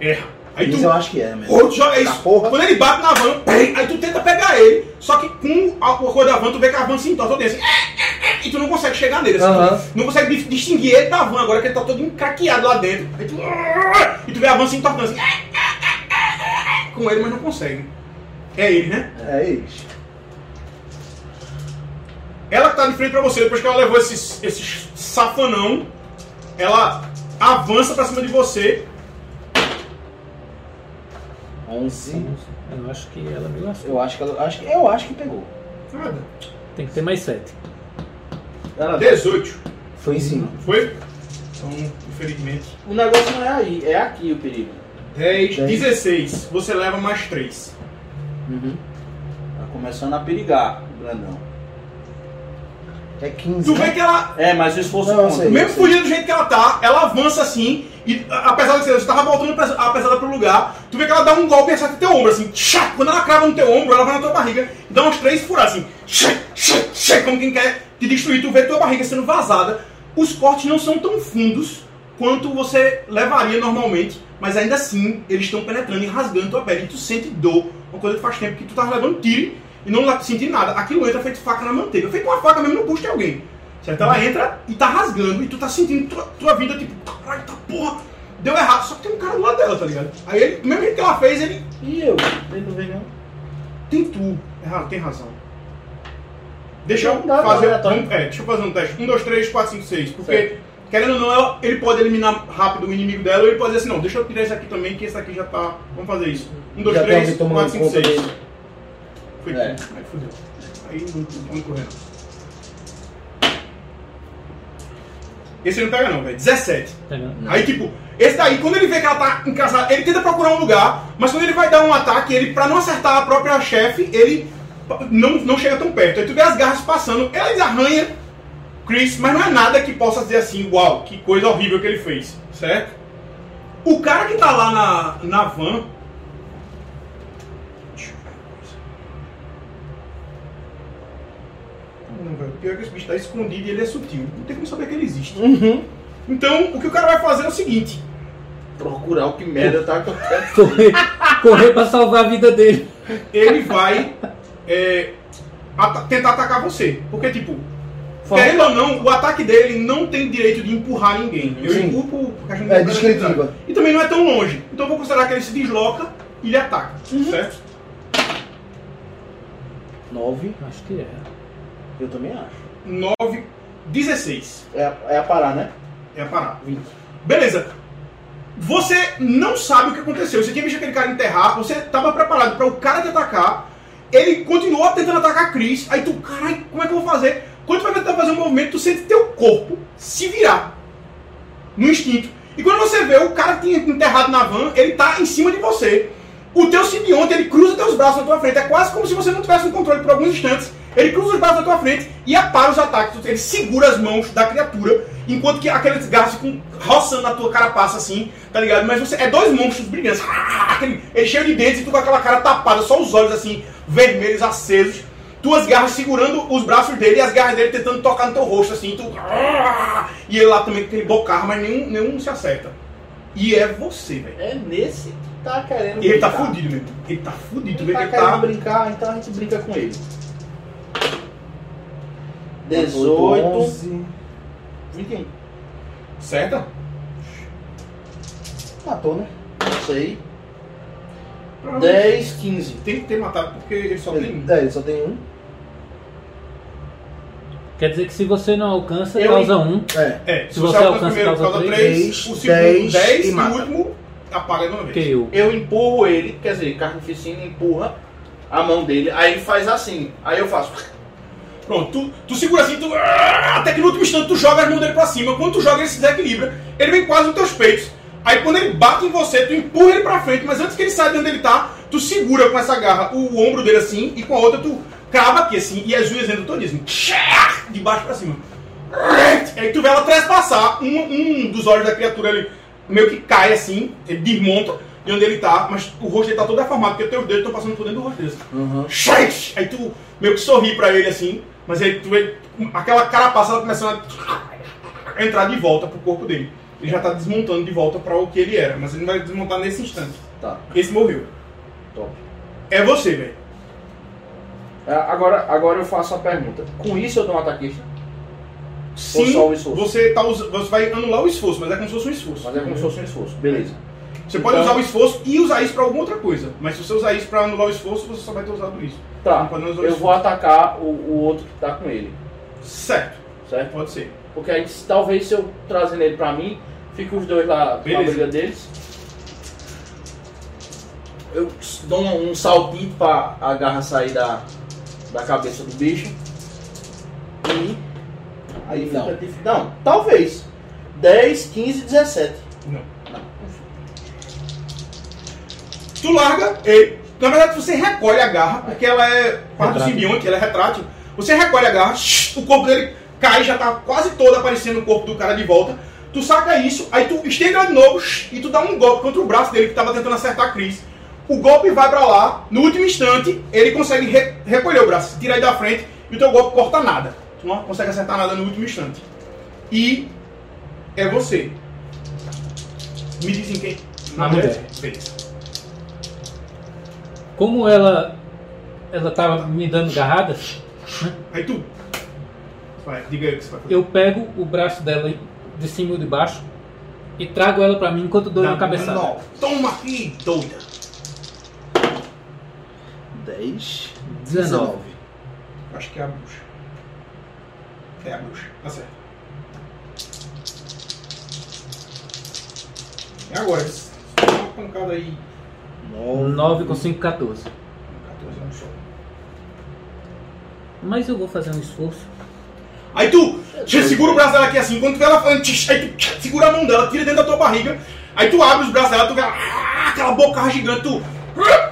Speaker 1: Erra. Aí
Speaker 2: 15 eu
Speaker 1: tu.
Speaker 2: acho que é, mesmo.
Speaker 1: Pô, tu joga isso.
Speaker 2: Da porra.
Speaker 1: Quando ele bate na van, pem, aí tu tenta pegar ele. Só que com a cor da van, tu vê que a van se entorta todo assim. E tu não consegue chegar nele. assim,
Speaker 2: Aham.
Speaker 1: tu não consegue dis- distinguir ele da van agora que ele tá todo encraqueado lá dentro. Aí tu. "Ah", E tu vê a van se entortando assim. é, Com ele, mas não consegue. É ele, né?
Speaker 2: É isso.
Speaker 1: Ela que tá de frente pra você, depois que ela levou esse, esse safanão, ela avança pra cima de você.
Speaker 2: 11.
Speaker 3: eu acho que ela me lascou.
Speaker 2: Eu acho que ela. Acho, que- eu acho que pegou.
Speaker 1: Nada.
Speaker 3: Tem que ter mais sete.
Speaker 4: Ela-
Speaker 1: 18.
Speaker 2: Foi em cima.
Speaker 1: Foi? Então, infelizmente.
Speaker 4: O negócio não é aí, é aqui o perigo.
Speaker 1: 10,
Speaker 2: Dez.
Speaker 1: 16. Você leva mais 3.
Speaker 2: Uhum.
Speaker 4: Tá começando a perigar o grandão.
Speaker 2: É 15.
Speaker 1: Tu vê que ela,
Speaker 4: É, mas o esforço
Speaker 2: Não, eu
Speaker 4: conta.
Speaker 2: sei.
Speaker 1: mesmo fugindo do jeito que ela tá, ela avança assim, e a- apesar de que você tava voltando pes- a pesada pro lugar, tu vê que ela dá um golpe e acerta teu ombro, assim, tchá, quando ela crava no teu ombro, ela vai na tua barriga e dá uns três furos, assim, tchá, tchá, tchá, como quem quer te destruir, tu vê tua barriga sendo vazada. Os cortes não são tão fundos quanto você levaria normalmente, mas ainda assim, eles estão penetrando e rasgando tua pele, e tu sente dor, uma coisa que faz tempo que tu tava levando tiro e não lá- sentindo nada. Aquilo entra feito faca na manteiga, feito uma faca mesmo no busto de alguém. Certo? Ela entra e tá rasgando e tu tá sentindo tua, tua vida tipo, caralho, tá porra, deu errado. Só que tem um cara do lado dela, tá ligado? Aí ele, do mesmo jeito que ela fez, ele
Speaker 4: E eu? Tento ver não.
Speaker 1: tem tu. É, ra- tem razão. Deixa eu
Speaker 4: Não, não,
Speaker 1: fazer.
Speaker 4: não, não, não.
Speaker 1: vamos- é, deixa eu fazer um teste. Um, dois, três, quatro, cinco, seis. Porque, querendo ou não, ela- ele pode eliminar rápido o inimigo dela, ou ele pode dizer assim, não, deixa eu tirar esse aqui também, que esse aqui já tá. Vamos fazer isso. Um, dois,
Speaker 2: Já tem
Speaker 1: três,
Speaker 2: alguém tomando
Speaker 1: quatro, cinco,
Speaker 2: conta
Speaker 1: seis.
Speaker 2: dele.
Speaker 1: Foi
Speaker 4: É.
Speaker 1: tudo. Aí fudeu. Aí não vamos correndo. Esse não pega não, velho. 17.
Speaker 3: Tá ligado?
Speaker 1: Aí, tipo, esse daí, quando ele vê que ela tá encasada, ele tenta procurar um lugar, mas quando ele vai dar um ataque, ele, pra não acertar a própria chefe, ele pa- não, não chega tão perto. Aí tu vê as garras passando, ela desarranha Chris, mas não é nada que possa dizer assim, uau, que coisa horrível que ele fez, certo? O cara que tá lá na, na van. Deixa eu ver uma coisa. Não, velho, Pior que esse bicho tá escondido e ele é sutil. Não tem como saber que ele existe.
Speaker 2: Uhum.
Speaker 1: Então, o que o cara vai fazer é o seguinte:
Speaker 4: Procurar o que merda tá acontecendo.
Speaker 3: Correr, correr pra salvar a vida dele.
Speaker 1: ele vai é, ata- tentar atacar você. Porque, tipo,
Speaker 3: Fala.
Speaker 1: querendo ou não, o ataque dele não tem direito de empurrar ninguém. Eu
Speaker 2: Sim.
Speaker 1: empurro por por questão de um
Speaker 2: É
Speaker 1: descritiva.
Speaker 2: descritiva.
Speaker 1: E também não é tão longe. Então eu vou considerar que ele se desloca e ele ataca.
Speaker 2: Uhum.
Speaker 1: Certo?
Speaker 2: 9.
Speaker 3: Acho que é.
Speaker 4: Eu também acho.
Speaker 1: 9, 16
Speaker 4: É, a- é a parar, né?
Speaker 1: é a parada.
Speaker 4: 20.
Speaker 1: Beleza. Você não sabe o que aconteceu. Você tinha visto aquele cara enterrar, você tava preparado para o cara te atacar. Ele continuou tentando atacar a Chris. Aí tu, caralho, como é que eu vou fazer? Quando tu vai tentar fazer um movimento, tu sente teu corpo se virar no instinto. E quando você vê o cara que tinha enterrado na van, ele tá em cima de você. O teu simbionte, ele cruza teus braços na tua frente. É quase como se você não tivesse um controle por alguns instantes. Ele cruza os braços na tua frente e apara os ataques. Ele segura as mãos da criatura, enquanto que aqueles garras ficam roçando na tua carapaça assim, tá ligado? Mas você é dois monstros brilhantes. Aquele, ele cheio de dentes e tu com aquela cara tapada, só os olhos assim, vermelhos, acesos. Tuas garras segurando os braços dele e as garras dele tentando tocar no teu rosto assim. Tu... E ele lá também com aquele bocarro, mas nenhum, nenhum se acerta. E é você, velho.
Speaker 4: É nesse que tá querendo
Speaker 1: E ele tá
Speaker 4: brincar.
Speaker 1: fudido, meu. irmão. Ele tá fudido, tu
Speaker 4: Ele
Speaker 1: vê
Speaker 4: tá
Speaker 1: que ele
Speaker 4: querendo
Speaker 1: tá.
Speaker 4: brincar, então a gente brinca com ele.
Speaker 2: 18.
Speaker 4: 18,
Speaker 2: 11,
Speaker 4: Ninguém.
Speaker 1: Certa?
Speaker 2: Matou, né?
Speaker 4: Não sei.
Speaker 1: Provavelmente
Speaker 4: 10, 15.
Speaker 1: Tem que ter matado porque ele só tem um.
Speaker 2: Ele, é, ele só tem um.
Speaker 3: Quer dizer que se você não alcança,
Speaker 1: Eu-
Speaker 3: causa um.
Speaker 2: É.
Speaker 1: É,
Speaker 3: Se você alcança,
Speaker 1: primeiro,
Speaker 3: causa
Speaker 1: causa
Speaker 3: três,
Speaker 1: 3, o segundo
Speaker 2: dez
Speaker 1: 10
Speaker 2: e
Speaker 1: e o
Speaker 2: mata.
Speaker 1: último apaga de uma vez.
Speaker 3: KO.
Speaker 4: Eu empurro ele, quer dizer, carnificina empurra a mão dele, aí ele faz assim. Aí eu faço.
Speaker 1: Pronto, tu, tu segura assim, tu, ah, até que no último instante tu joga as mãos dele pra cima. Quando tu joga, ele se desequilibra. Ele vem quase nos teus peitos. Aí quando ele bate em você, tu empurra ele pra frente, mas antes que ele saia de onde ele tá, tu segura com essa garra o, ombro dele assim, e com a outra tu crava aqui assim, e as unhas entram todas assim, tchá, de baixo pra cima. Aí tu vê ela trespassar um, um dos olhos da criatura, ele meio que cai assim, ele desmonta de onde ele tá, mas o rosto dele tá todo deformado, porque teus dedos estão passando por dentro do rosto dele.
Speaker 2: Uhum.
Speaker 1: Shite! Aí tu meio que sorri pra ele assim, mas aí tu vê aquela cara passada começando a entrar de volta pro corpo dele. Ele já tá desmontando de volta pra o que ele era, mas ele não vai desmontar nesse instante.
Speaker 4: Tá,
Speaker 1: Esse morreu.
Speaker 4: top.
Speaker 1: É você, velho.
Speaker 4: Ah, Agora, agora eu faço a pergunta. Com isso eu dou um ataquista?
Speaker 1: Sim,
Speaker 4: só o esforço.
Speaker 1: você, tá us- você vai anular o esforço, mas é como se fosse um esforço.
Speaker 4: Mas é como se fosse um esforço. Beleza.
Speaker 1: Você pode
Speaker 4: Então-
Speaker 1: usar o esforço e usar isso pra alguma outra coisa, mas se você usar isso pra anular o esforço, você só vai ter usado isso.
Speaker 4: Tá,
Speaker 1: Não pode usar o
Speaker 4: eu vou atacar o, o outro que tá com ele,
Speaker 1: Certo,
Speaker 4: certo?
Speaker 1: pode ser.
Speaker 4: Porque aí, se- talvez se eu trazendo ele pra mim, fica os dois lá
Speaker 1: Beleza.
Speaker 4: na briga deles. Eu dou um, um salpinho pra a garra sair da, da cabeça do bicho. E aí
Speaker 2: Não.
Speaker 4: fica difícil. Não, talvez. 10, 15, 17.
Speaker 1: Não. Tu larga ele. Na verdade, você recolhe a garra, porque ela é parte do
Speaker 3: Retrátil.
Speaker 1: simbionte, ela é retrátil. Você recolhe a garra, shh, o corpo dele cai, já tá quase todo aparecendo o corpo do cara de volta. Tu saca isso, aí tu estende ela de novo shh, e tu dá um golpe contra o braço dele que tava tentando acertar a Cris. O golpe vai pra lá, no último instante, ele consegue re- recolher o braço, tira ele da frente e o teu golpe corta nada. Tu não consegue acertar nada no último instante. E é você. Me dizem quem.
Speaker 3: Na mulher.
Speaker 1: Beleza.
Speaker 3: Como ela ela tava me dando garradas,
Speaker 1: Aí tu. Vai, diga aí o que você vai fazer.
Speaker 3: eu pego o braço dela de cima e de baixo e trago ela pra mim enquanto dou
Speaker 1: Dá
Speaker 3: uma cabeçada.
Speaker 1: um nó. Toma aqui, doida.
Speaker 2: 10,
Speaker 3: 19.
Speaker 1: Acho que é a bruxa. É a bruxa, tá certo. É agora. Dá uma pancada aí.
Speaker 3: 9 com 5, 14.
Speaker 1: 14 anos só.
Speaker 3: Mas eu vou fazer um esforço.
Speaker 1: Aí tu te segura o braço dela aqui assim, enquanto ela fala, tch, aí tu tch, segura a mão dela, tira dentro da tua barriga, aí tu abre os braços dela, tu vê ah, aquela boca gigante, tu. ah,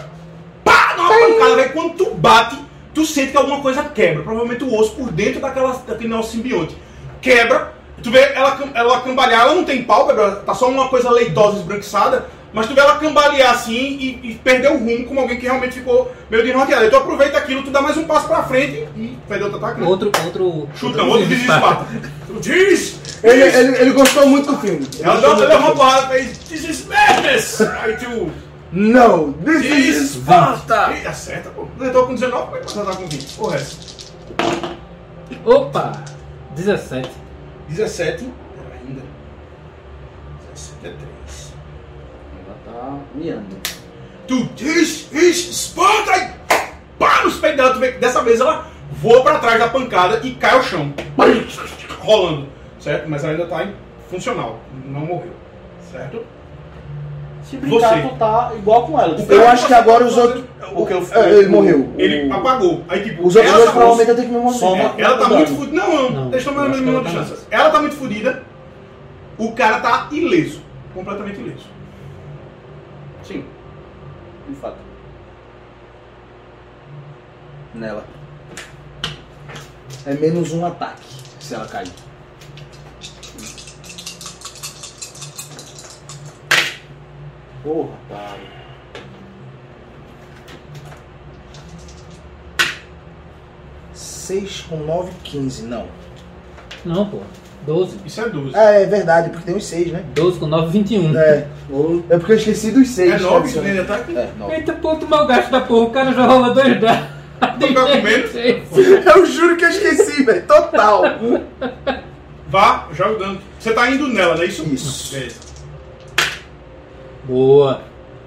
Speaker 1: Pá! Dá uma pancada, velho. Quando tu bate, tu sente que alguma coisa quebra. Provavelmente o osso por dentro daquela, daquele nosso simbionte. Quebra, tu vê ela, cam- ela cambalhar, ela não tem pálpebra, tá só uma coisa leitosa, esbranquiçada, mas tu vê ela cambalear assim e, e perder o rumo como alguém que realmente ficou meio desnorteado. Aí tu aproveita aquilo, tu dá mais um passo pra frente e perdeu outro ataque. né?
Speaker 3: Outro. outro
Speaker 1: Chuta, outro diz Esparta. Diz!
Speaker 2: Ele, é- ele, ele gostou muito do filme.
Speaker 1: Ela deu ela deu uma porrada fez This is madness! Aí tu.
Speaker 2: Não, this
Speaker 1: This
Speaker 2: is Sparta!
Speaker 1: Ih, acerta, pô. Eu tô com 19, como é que você tá com 20? O resto.
Speaker 3: Opa! 17.
Speaker 1: 17. Pera, ainda. 17 é 3.
Speaker 4: Ela tá miando.
Speaker 1: Tu diz, diz, espanta! E Pá nos peitos dela, tu vê que dessa vez ela voa pra trás da pancada e cai ao chão. Rolando. Certo? Mas ela ainda tá em funcional. Não morreu. Certo?
Speaker 4: Se brincar,
Speaker 1: Você.
Speaker 4: tu tá igual com ela.
Speaker 2: Eu acho que agora os outros.
Speaker 1: O que eu
Speaker 2: É, ele morreu.
Speaker 1: Ele
Speaker 2: O-
Speaker 1: apagou. Aí, tipo,
Speaker 2: Os outros
Speaker 1: ela
Speaker 2: dois
Speaker 1: só-
Speaker 2: provavelmente eu tenho que me
Speaker 4: Soma.
Speaker 2: movimentar.
Speaker 1: É, ela tá
Speaker 4: Não,
Speaker 1: muito fudida. Não, não,
Speaker 3: Não,
Speaker 1: deixa eu
Speaker 3: eu
Speaker 1: tomar
Speaker 3: acho que
Speaker 1: uma
Speaker 3: ela tá
Speaker 1: chance. Ela tá muito fudida. O cara tá ileso. Completamente ileso.
Speaker 4: Sim. De fato.
Speaker 2: Nela. É menos um ataque se ela cair.
Speaker 4: Porra, cara.
Speaker 2: seis com nove quinze não.
Speaker 3: Não, pô. 12.
Speaker 1: Isso é 12.
Speaker 2: Ah, é verdade, porque tem uns seis né?
Speaker 3: 12 com 9, 21.
Speaker 2: É. É porque eu esqueci dos seis né,
Speaker 1: É 9 isso
Speaker 2: tradicionais.
Speaker 1: ainda tá aqui.
Speaker 2: É, nove.
Speaker 3: Eita, ponto mal gasto da porra. O cara já rola dois dados.
Speaker 1: Tá comendo?
Speaker 2: Eu juro que eu esqueci, velho. Total.
Speaker 1: Vá, joga o dano. Você tá indo nela, não é isso?
Speaker 2: Isso.
Speaker 1: Beleza.
Speaker 3: Boa.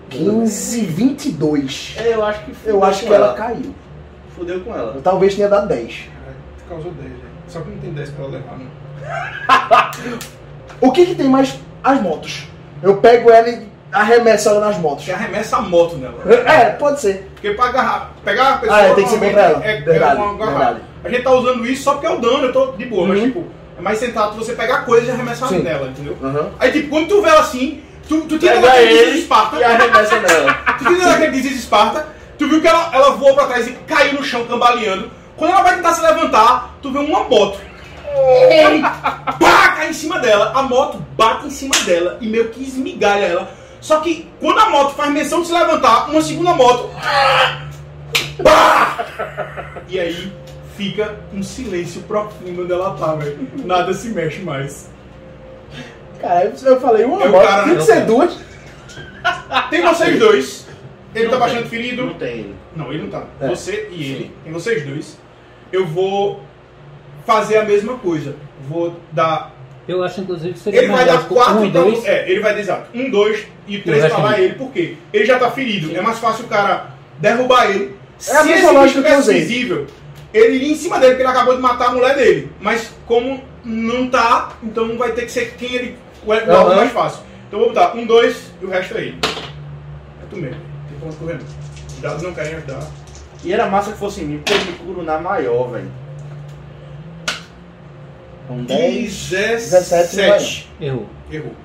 Speaker 2: 15, 22.
Speaker 4: É, eu acho que fudeu
Speaker 2: Eu acho
Speaker 4: com
Speaker 2: que ela caiu.
Speaker 4: Fudeu com ela.
Speaker 2: Eu talvez tenha dado 10.
Speaker 1: Tu causou 10, velho. né? Só que não tem 10 pra ela levar, não.
Speaker 2: O que que tem mais? As motos. Eu pego ela e arremesso ela nas motos.
Speaker 1: Você arremessa a moto nela.
Speaker 2: É, pode ser.
Speaker 1: Porque pra agarrar, pegar a pessoa.
Speaker 2: Ah, é, tem que ser contra ela.
Speaker 1: É, é
Speaker 2: Verdade,
Speaker 1: uma agarrada.
Speaker 2: verdade.
Speaker 1: A gente tá usando isso só porque é o dano, eu tô de boa, mas
Speaker 2: Uhum.
Speaker 1: tipo, é mais tentado você pegar coisa e arremessar
Speaker 2: Sim.
Speaker 1: nela, entendeu?
Speaker 2: Aham.
Speaker 1: Aí tipo, quando tu vê ela assim, tu, tu tenta
Speaker 4: Pega
Speaker 1: dar aquele
Speaker 4: ele
Speaker 1: deslize Esparta,
Speaker 4: e arremessa nela.
Speaker 1: tu tenta dar aquele deslize Esparta, tu viu que ela, ela voou pra trás e caiu no chão cambaleando. Quando ela vai tentar se levantar, tu vê uma moto. Pá, cai em cima dela, a moto bate em cima dela e meio que esmigalha ela. Só que quando a moto faz menção de se levantar, uma segunda moto e aí fica um silêncio profundo onde ela tá, velho. Nada se mexe mais.
Speaker 2: Cara, eu- eu falei uma
Speaker 1: Eu,
Speaker 2: moto,
Speaker 1: cara,
Speaker 2: tem que
Speaker 1: eu-
Speaker 2: ser duas.
Speaker 1: Tem vocês dois. Ele
Speaker 4: Não
Speaker 1: tá
Speaker 4: tem.
Speaker 1: bastante ferido.
Speaker 4: Não tem ele.
Speaker 1: Não, ele não tá.
Speaker 2: É.
Speaker 1: Você e ele. Tem vocês dois. Eu vou fazer a mesma coisa. Vou dar.
Speaker 3: Eu acho, inclusive, que seria
Speaker 1: Ele vai
Speaker 3: mais
Speaker 1: dar
Speaker 3: lógico
Speaker 1: quatro
Speaker 3: um e
Speaker 1: pra
Speaker 3: dois.
Speaker 1: você. É, ele vai dar exato. Um, dois e três
Speaker 3: resto
Speaker 2: é
Speaker 1: pra lá
Speaker 3: não.
Speaker 1: ele. Por quê? Ele já tá ferido. É mais fácil o cara derrubar ele.
Speaker 2: É a
Speaker 1: Se
Speaker 2: mesma
Speaker 1: esse bicho
Speaker 2: lógica que eu
Speaker 1: tivesse
Speaker 2: usei.
Speaker 1: visível, ele iria em cima dele, porque ele acabou de matar a mulher dele. Mas como não tá, então vai ter que ser quem ele. O o alvo
Speaker 2: Aham.
Speaker 1: mais fácil. Então vou botar um, dois e o resto aí. É tu mesmo. Tem como correr. não. Os dados não querem ajudar.
Speaker 4: E era massa que fosse em mim, porque eu me curo na maior, velho.
Speaker 2: Um 17 não vai,
Speaker 1: 17.
Speaker 3: Errou.
Speaker 1: Errou.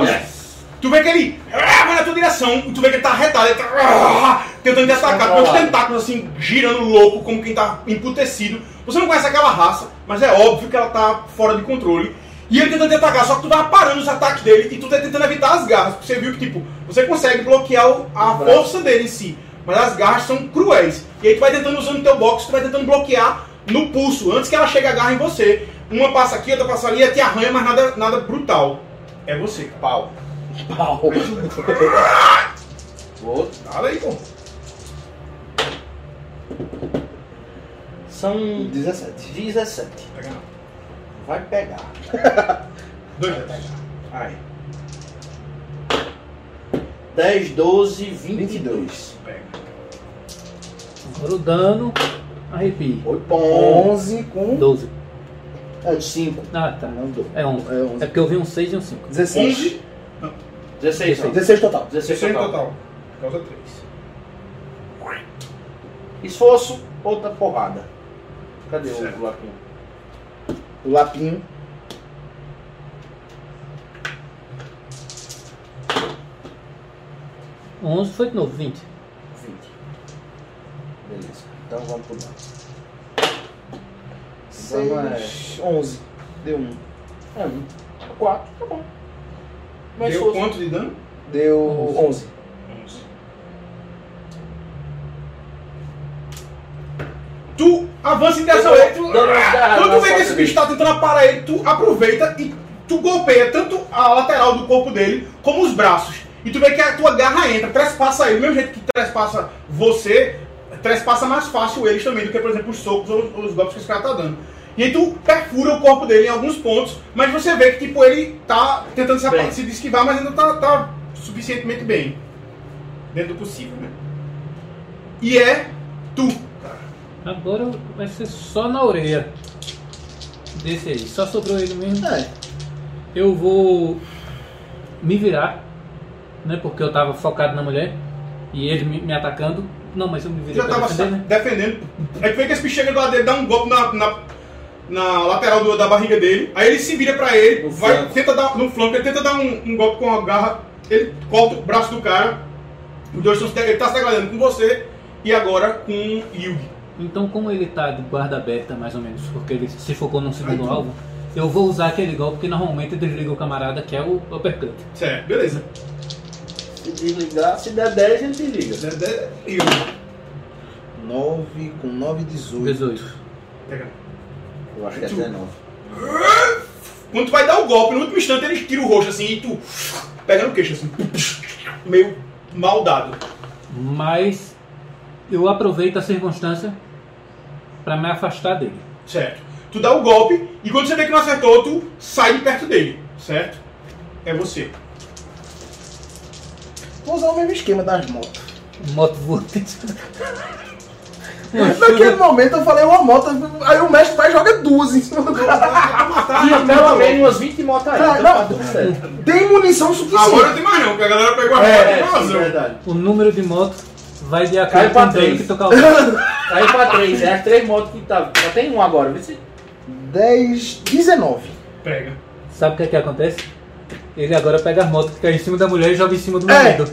Speaker 1: Mas, tu vê que ele ah, vai na tua direção, e tu vê que ele tá retado, ele tá ah, tentando te atacar, com os tentáculos assim, girando louco, como quem tá emputecido. Você não conhece aquela raça, mas é óbvio que ela tá fora de controle. E ele tentando te atacar, só que tu tava parando os ataques dele e tu tá tentando evitar as garras. porque Você viu que, tipo, você consegue bloquear o- a força dele em si, mas as garras são cruéis. E aí tu vai tentando usando o teu box, tu vai tentando bloquear no pulso, antes que ela chegue a garra em você. Uma passa aqui, outra passa ali, e te arranha, mas nada, nada brutal. É você.
Speaker 4: Pau.
Speaker 2: Pau.
Speaker 4: Vou-
Speaker 1: Fala aí, pô.
Speaker 4: São
Speaker 2: 17.
Speaker 4: 17.
Speaker 1: Pega não.
Speaker 4: Vai pegar.
Speaker 1: Dois dados.
Speaker 4: Aí. 10, 12, 22.
Speaker 1: Pega.
Speaker 3: Agora o dano. Arrepio.
Speaker 4: Foi bom.
Speaker 2: 11 com...
Speaker 3: 12.
Speaker 2: É 5.
Speaker 3: Ah, tá.
Speaker 2: Não, 12.
Speaker 3: É 11.
Speaker 2: É
Speaker 3: É
Speaker 2: 11.
Speaker 3: porque eu vi um 6 e um 5.
Speaker 2: 16.
Speaker 1: 11.
Speaker 4: 16, não.
Speaker 2: 16 total.
Speaker 4: 16
Speaker 1: Sessão em
Speaker 4: total.
Speaker 1: total. Causa 3.
Speaker 4: Esforço, outra porrada. Cadê
Speaker 1: Certo.
Speaker 4: o lapinho?
Speaker 2: O lapinho.
Speaker 3: 11 Um foi de novo, 20.
Speaker 4: 20. Beleza. Então vamos pro dano.
Speaker 2: seis, 11. Deu 1.
Speaker 4: É, um. Quatro, tá bom. Mas
Speaker 1: Deu
Speaker 4: esforço.
Speaker 1: quanto de dano?
Speaker 2: Deu
Speaker 3: 11.
Speaker 2: 11.
Speaker 1: 11. Tu avança em direção a ele. Tu...
Speaker 4: Dano nas garras,
Speaker 1: Quando tu
Speaker 4: nas
Speaker 1: vê que
Speaker 4: costas
Speaker 1: esse bicho tá tentando aparar ele, tu aproveita e tu golpeia tanto a lateral do corpo dele como os braços. E tu vê que a tua garra entra, trespassa ele. Do mesmo jeito que trespassa você, trespassa mais fácil eles também do que, por exemplo, os socos ou os, os golpes que esse cara tá dando. E aí tu perfura o corpo dele em alguns pontos, mas você vê que tipo, ele tá tentando se, apa-
Speaker 4: Bem.
Speaker 1: se esquivar, mas ainda tá, tá suficientemente bem. Dentro do possível, né? E é tu.
Speaker 3: Agora vai ser só na orelha. Desse aí. Só sobrou ele mesmo.
Speaker 2: É.
Speaker 3: Eu vou me virar, né? Porque eu tava focado na mulher e ele me, me atacando. Não, mas eu me virei
Speaker 1: já
Speaker 3: pra
Speaker 1: tava
Speaker 3: defender,
Speaker 1: sa-
Speaker 3: né?
Speaker 1: defendendo. É que vem que esse bicho chega do lado dele, dá um golpe na, na, na lateral do- da barriga dele. Aí ele se vira pra ele,
Speaker 4: No
Speaker 1: vai,
Speaker 4: flanco.
Speaker 1: tenta dar no flanco, ele tenta dar um, um golpe com a garra, ele corta o braço do cara. Os dois estão se de- ele tá se degradando com você e agora com o Yugi.
Speaker 3: Então, como ele tá de guarda aberta, mais ou menos, porque ele se focou num
Speaker 1: Ah,
Speaker 3: segundo alvo, eu vou usar aquele golpe que normalmente desliga o camarada, que é o uppercut.
Speaker 1: Certo, é, beleza.
Speaker 4: Se desligar, se der 10, ele desliga.
Speaker 1: Zé- Zé- é, Yugi.
Speaker 2: 9 com 9, 18.
Speaker 3: 18.
Speaker 1: Pega.
Speaker 4: Eu acho que é 19.
Speaker 1: Quando tu vai dar o golpe, no último instante ele tira o roxo assim e tu pega no queixo assim. Meio mal dado.
Speaker 3: Mas eu aproveito a circunstância pra me afastar dele.
Speaker 1: Certo. Tu tu dá o golpe e quando você vê que não acertou, tu sai de perto dele, certo? É você.
Speaker 2: Vou usar o mesmo esquema das motos.
Speaker 3: Moto voante.
Speaker 2: Naquele momento eu falei uma moto, aí o mestre vai e joga duas em cima do cara.
Speaker 1: Ah, tá
Speaker 4: Tinha pelo menos umas 20 motos aí.
Speaker 2: Ah,
Speaker 4: então
Speaker 2: não.
Speaker 4: tá tudo certo.
Speaker 2: Tem munição suficiente.
Speaker 1: Agora não tem mais não, porque a galera pegou a moto e
Speaker 4: É, é, sim,
Speaker 1: vazou.
Speaker 4: verdade.
Speaker 3: O número de motos vai de
Speaker 4: Cai
Speaker 3: acordo com
Speaker 4: pra
Speaker 3: o dano
Speaker 4: três.
Speaker 3: que tu causou.
Speaker 4: Caiu pra três, é as três motos que tá. Só tem um agora, vê se.
Speaker 2: 10, 19.
Speaker 1: Pega.
Speaker 3: Sabe o que é que acontece? Ele agora pega as motos que caem em cima da mulher e joga em cima do
Speaker 2: É.
Speaker 3: marido.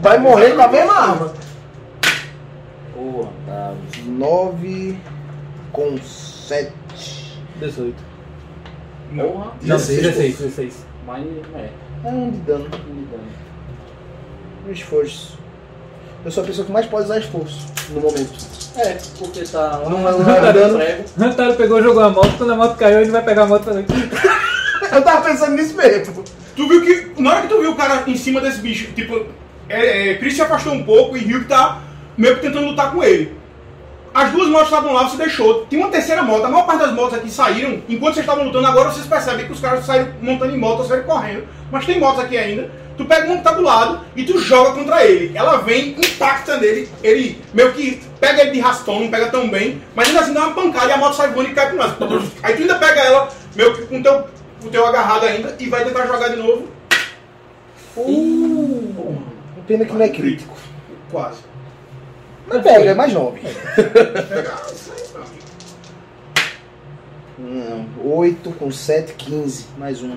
Speaker 2: Vai morrer com a mesma arma.
Speaker 4: Porra, tá.
Speaker 2: 9 com 7.
Speaker 3: 18.
Speaker 4: Porra,
Speaker 3: Não,
Speaker 2: 16,
Speaker 3: 16, 16.
Speaker 4: mas é.
Speaker 2: É um de dano. Um esforço. Eu sou a pessoa que mais pode usar esforço no momento.
Speaker 4: É, porque tá.
Speaker 2: Não, não, não tá dando.
Speaker 4: prego.
Speaker 3: Rantaro pegou, jogou a moto, quando a moto caiu, ele vai pegar a moto e fazer.
Speaker 2: Eu tava pensando nisso mesmo.
Speaker 1: Tu viu que. Na hora que tu viu o cara em cima desse bicho, tipo. É, é, Chris se afastou um pouco e Ryuk tá meio que tentando lutar com ele. As duas motos estavam lá, você deixou. Tem uma terceira moto, a maior parte das motos aqui saíram. Enquanto vocês estavam lutando, agora vocês percebem que os caras saíram montando em motos, saíram correndo. Mas tem motos aqui ainda. Tu pega uma que tá do lado e tu joga contra ele. Ela vem, impacta nele. Ele meio que pega ele de rastão, não pega tão bem. Mas ainda assim dá uma pancada e a moto sai voando e cai pro nada. Aí tu ainda pega ela, meio que com o teu, com o teu agarrado ainda, e vai tentar jogar de novo.
Speaker 2: Pena que não é crítico.
Speaker 1: Quase.
Speaker 2: Mas pega, é mais 9.
Speaker 1: Pega, ah, isso aí, meu amigo.
Speaker 2: Não, 8 com 7, 15. Mais um.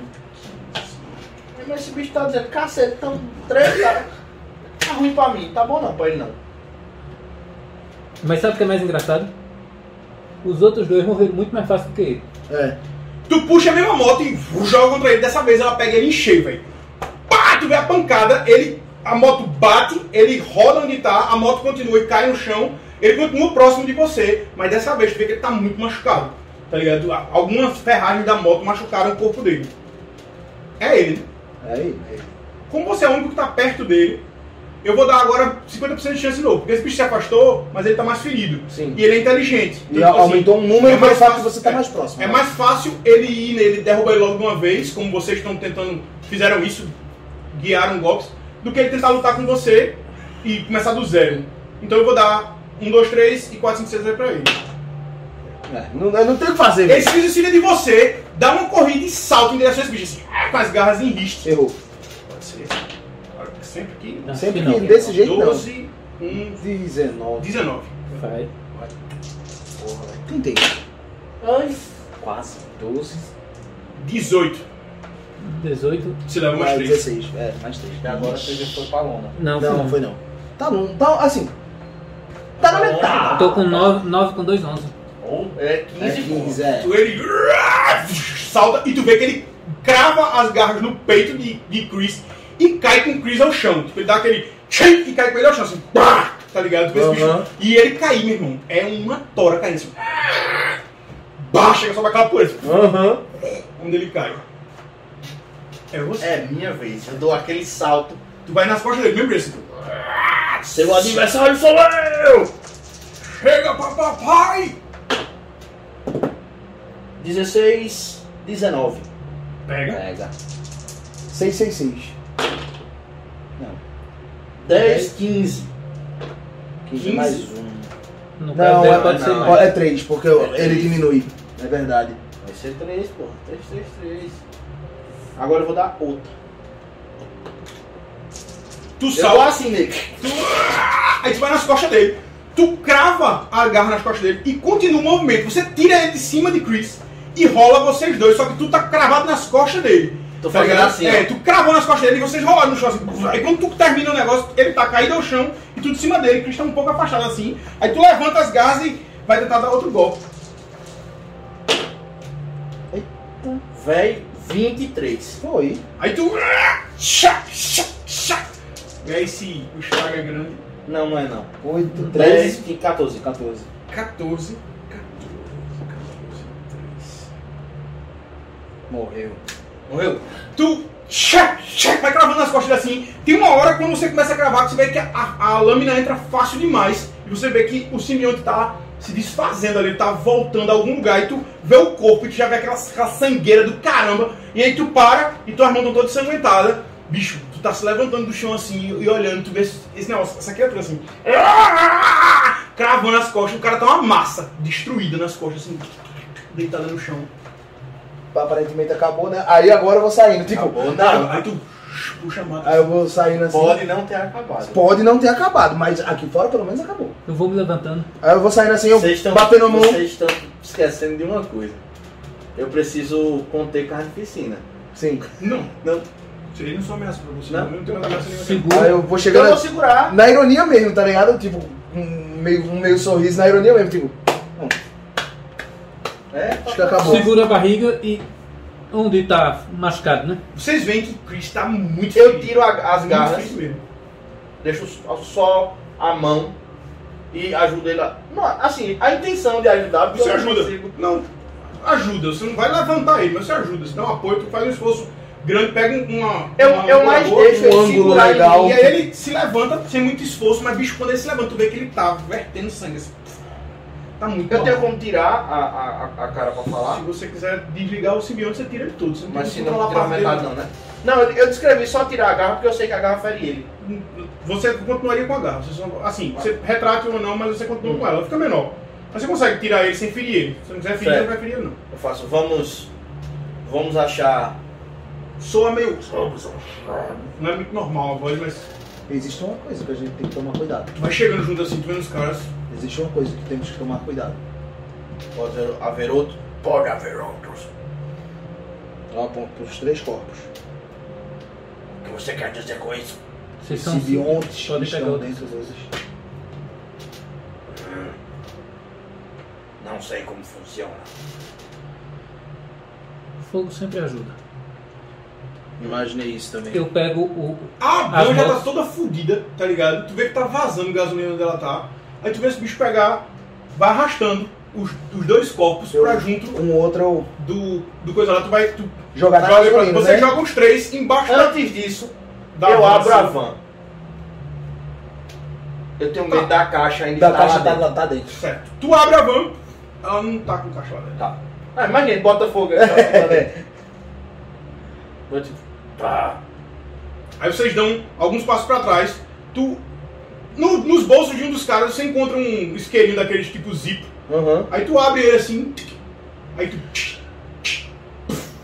Speaker 4: Mas esse bicho tá dizendo, cacete, tão três, tá. Tá ruim pra mim, tá bom não pra ele não.
Speaker 3: Mas sabe o que é mais engraçado? Os outros dois morreram muito mais fácil do que ele.
Speaker 2: É.
Speaker 1: Tu puxa a mesma moto e joga contra ele. Dessa vez ela pega ele em cheio, velho. Pá, tu vê a pancada, ele. A moto bate, ele roda onde tá, a moto continua e cai no chão. Ele continua próximo de você, mas dessa vez tu vê que ele tá muito machucado. Tá ligado? Algumas ferragens da moto machucaram o corpo dele. É ele, né?
Speaker 2: Aí.
Speaker 1: Como você é o único que tá perto dele, eu vou dar agora 50% de chance de novo. Porque esse bicho se afastou, mas ele tá mais ferido.
Speaker 4: Sim.
Speaker 1: E ele é inteligente.
Speaker 2: E
Speaker 1: Então, assim,
Speaker 2: aumentou um número
Speaker 1: é
Speaker 2: pelo
Speaker 1: mais
Speaker 2: fato que
Speaker 1: fácil-
Speaker 2: você tá
Speaker 1: é.
Speaker 2: mais próximo.
Speaker 1: É mais fácil ele ir nele e derrubar ele logo de uma vez, como vocês estão tentando, fizeram isso, guiaram golpes, do que ele tentar lutar com você e começar do zero. Então eu vou dar 1, 2, 3 e 4, 5, 6 aí pra ele.
Speaker 2: É, não, eu não tenho o que fazer. velho.
Speaker 1: Ele se desvia é de você, dá uma corrida e salta em direção a esse bicho, assim, ah, com as garras em riste.
Speaker 2: Errou.
Speaker 1: Pode ser. Claro que Sempre que.
Speaker 3: Acho
Speaker 2: Sempre
Speaker 3: que não.
Speaker 2: que desse jeito não.
Speaker 1: 12, 1,
Speaker 2: 19.
Speaker 1: 19.
Speaker 3: Vai.
Speaker 2: Tentei.
Speaker 4: Ai, quase.
Speaker 2: 12.
Speaker 1: 18.
Speaker 3: 18.
Speaker 1: Você leva mais
Speaker 2: Mais
Speaker 1: 3.
Speaker 2: 16. É, mais 3.
Speaker 4: E agora você já foi pra lona.
Speaker 3: Não,
Speaker 2: Não, não foi não. Tá não. Tá assim. Tá na metade.
Speaker 3: Tô com 9, 9 com 2, 11.
Speaker 4: Ou é 15,
Speaker 2: É 15, é.
Speaker 1: Ele salta e tu vê que ele crava as garras no peito de, de Chris e cai com Chris ao chão. Tipo, ele dá aquele tchim e cai com ele ao chão, assim, pá, tá ligado? Com esse
Speaker 2: Aham.
Speaker 1: bicho. E ele cair, meu irmão, é uma tora caindo assim. Baixa, chega só pra aquela poeira,
Speaker 2: Aham.
Speaker 1: onde ele cai. É você.
Speaker 4: É minha vez, eu dou aquele salto.
Speaker 1: Tu vai nas costas dele, mesmo jeito, assim.
Speaker 4: Seu adversário sou eu!
Speaker 1: Chega pra papai!
Speaker 4: 16, 19.
Speaker 1: Pega.
Speaker 4: Pega.
Speaker 2: 666.
Speaker 4: 10, 15.
Speaker 2: 15
Speaker 1: 15?
Speaker 2: mais um.
Speaker 3: Não,
Speaker 2: Não,
Speaker 3: pode,
Speaker 2: é,
Speaker 3: pode ser mais.
Speaker 2: é 3, porque eu-
Speaker 4: É
Speaker 2: ele
Speaker 4: três.
Speaker 2: diminui. É verdade.
Speaker 4: Vai ser 3, pô. 3, 3, 3. Agora eu vou dar outra.
Speaker 1: Tu
Speaker 4: Eu dou
Speaker 1: salta,
Speaker 4: assim nele.
Speaker 1: aí tu vai nas costas dele. Tu crava a garra nas costas dele e continua o movimento. Você tira ele de cima de Chris e rola vocês dois, só que tu tá cravado nas costas dele.
Speaker 4: Tô
Speaker 1: Tá
Speaker 4: fazendo
Speaker 1: ligado?
Speaker 4: assim,
Speaker 1: É,
Speaker 4: ó.
Speaker 1: tu cravou nas costas dele e vocês rolaram no chão assim. Aí quando tu termina o negócio, ele tá caído ao chão e tu de cima dele, Chris tá um pouco afastado assim. Aí tu levanta as garras e vai tentar dar outro golpe.
Speaker 4: Véi, 23.
Speaker 2: Foi.
Speaker 1: Aí tu. Chá, chá, chá. E aí se o estrago é grande.
Speaker 4: Não, não é não.
Speaker 2: 8,
Speaker 4: 10,
Speaker 2: 13.
Speaker 4: 15, 14, 14.
Speaker 1: 14. 14, 3.
Speaker 2: Morreu.
Speaker 1: Morreu. Tu tchá, tchá, vai cravando nas costas dele assim. Tem uma hora quando você começa a cravar que você vê que a, a lâmina entra fácil demais. E você vê que o simbionte tá se desfazendo ali, ele tá voltando a algum lugar, e tu vê o corpo e tu já vê aquela, aquela sangueira do caramba, e aí tu para e tuas mãos estão todas ensanguentadas. Bicho, tu tá se levantando do chão assim e olhando, tu vê esse esse negócio, essa criatura assim, cravando as costas, o cara tá uma massa destruída nas costas, assim, deitada no chão.
Speaker 2: Aparentemente acabou, né? Aí agora eu vou saindo. Tipo,
Speaker 4: Acabou, não.
Speaker 1: Aí tu puxa a mata.
Speaker 2: aí eu vou saindo assim.
Speaker 4: Pode não ter acabado.
Speaker 2: Pode não ter acabado, mas aqui fora pelo menos acabou.
Speaker 3: Eu vou me levantando.
Speaker 2: Aí eu vou saindo assim, eu
Speaker 4: Vocês estão
Speaker 2: batendo a mão.
Speaker 4: vocês estão esquecendo de uma coisa. Eu preciso conter carnificina.
Speaker 2: Sim.
Speaker 1: Não,
Speaker 4: Não,
Speaker 1: seria não sou ameaça pra você. eu
Speaker 4: Não.
Speaker 1: não tenho mais ameaça nenhuma.
Speaker 2: Aí
Speaker 3: Seguro.
Speaker 2: eu vou
Speaker 4: eu
Speaker 2: chegando.
Speaker 4: vou segurar.
Speaker 2: Na ironia mesmo, tá ligado? Tipo, um meio, um meio sorriso na ironia mesmo, tipo,
Speaker 4: É, tá
Speaker 2: acho que acabou.
Speaker 3: Segura a barriga e. Onde tá machucado, né?
Speaker 1: Vocês veem que o Chris tá muito
Speaker 4: Eu
Speaker 1: ferido.
Speaker 4: tiro a- as
Speaker 1: Muito
Speaker 4: garras,
Speaker 1: ferido mesmo.
Speaker 4: deixo só- só a mão e ajudo ele a. Não, assim, a intenção de ajudar, porque
Speaker 1: Você
Speaker 4: eu não
Speaker 1: ajuda.
Speaker 4: consigo.
Speaker 1: Não, ajuda. Você não vai levantar ele, mas você ajuda. Você dá um apoio, tu faz um esforço grande, pega um- uma.
Speaker 4: Eu,
Speaker 1: uma-
Speaker 4: eu
Speaker 1: uma
Speaker 4: mais
Speaker 1: boa,
Speaker 4: deixo
Speaker 2: um
Speaker 4: ele
Speaker 2: ângulo
Speaker 4: segurar
Speaker 2: legal.
Speaker 4: em
Speaker 1: E
Speaker 4: mim.
Speaker 1: aí ele se levanta sem muito esforço, mas bicho, quando ele se levanta, tu vê que ele tá vertendo sangue. assim. Tá muito
Speaker 4: Eu
Speaker 1: mal.
Speaker 4: tenho como tirar a, a, a- a cara pra falar.
Speaker 1: Se você quiser desligar o simbionte, você tira ele todo. Você não
Speaker 4: Mas
Speaker 1: tem
Speaker 4: se
Speaker 1: como
Speaker 4: não
Speaker 1: controlar
Speaker 4: tirar
Speaker 1: a parte
Speaker 4: metade não, né? Não, eu eu descrevi só tirar a garra porque eu sei que a garra faria ele.
Speaker 1: dele. Você continuaria com a garra. Você só- assim, você retrata ou não, mas você continua com ela. Ela fica menor. Mas você consegue tirar ele sem ferir ele. Se não quiser ferir,
Speaker 4: Certo.
Speaker 1: não vai ferir ele, não.
Speaker 4: Eu faço, vamos. Vamos achar.
Speaker 1: Soa meio. Não é muito normal a voz, mas
Speaker 2: Existe uma coisa que a gente tem que tomar cuidado.
Speaker 1: tu vai chegando junto assim, tu vendo os caras.
Speaker 2: Existe uma coisa que temos que tomar cuidado.
Speaker 4: Pode haver outro? Pode haver outros.
Speaker 2: Eu aponto pros três corpos.
Speaker 4: O que você quer dizer com isso?
Speaker 3: Vocês são. assim,
Speaker 2: Simbiontes que
Speaker 3: Podem pegar
Speaker 2: estão
Speaker 3: outro.
Speaker 2: dentro dos.
Speaker 4: Não sei como funciona.
Speaker 3: Fogo sempre ajuda.
Speaker 5: Imaginei isso também.
Speaker 3: Eu pego o.
Speaker 1: A
Speaker 3: As
Speaker 1: Ban já tá
Speaker 3: mãos-
Speaker 1: toda fodida, tá ligado? Tu vê que tá vazando gasolina onde ela tá. Aí tu vê esse bicho pegar, vai arrastando os, os dois corpos
Speaker 2: Eu-
Speaker 1: pra junto
Speaker 2: Um outro eu
Speaker 1: do, do coisa lá. Tu vai. Tu
Speaker 4: Tá
Speaker 2: jogar na
Speaker 1: joga pra-
Speaker 2: gasolina,
Speaker 1: você
Speaker 2: né?
Speaker 1: joga os três embaixo da,
Speaker 4: Antes disso,
Speaker 1: da
Speaker 4: Ah, eu
Speaker 1: van,
Speaker 4: abro a
Speaker 1: assim.
Speaker 4: van. Eu tenho medo da caixa ainda
Speaker 2: Da
Speaker 4: estar lá
Speaker 2: caixa tá
Speaker 4: dentro.
Speaker 2: lá tá dentro.
Speaker 1: Certo. Tu abre a van, ela não tá com caixa lá dentro.
Speaker 4: Tá. Ah, imagina, Botafogo. ele tá lá dentro. Eu tipo, pá.
Speaker 1: Aí vocês dão alguns passos pra trás. Tu. no- nos bolsos de um dos caras você encontra um isqueirinho daqueles tipo zip.
Speaker 2: Aham.
Speaker 1: Aí tu abre ele assim, aí tu.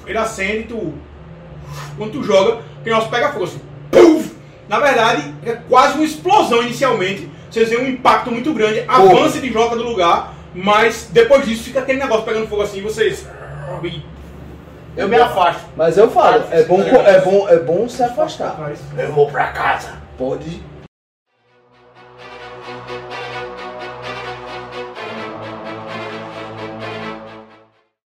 Speaker 1: Ele acende e tu. Quando tu joga, o negócio pega fogo assim. Puf! Na verdade, é quase uma explosão inicialmente. Vocês veem um impacto muito grande, avança e desloca do lugar, mas depois disso fica aquele negócio pegando fogo assim e vocês.
Speaker 4: Eu me afasto.
Speaker 2: Mas eu falo, é bom, co- é bom, é bom se
Speaker 1: Pra
Speaker 2: afastar.
Speaker 1: trás.
Speaker 4: Eu vou pra casa.
Speaker 2: Pode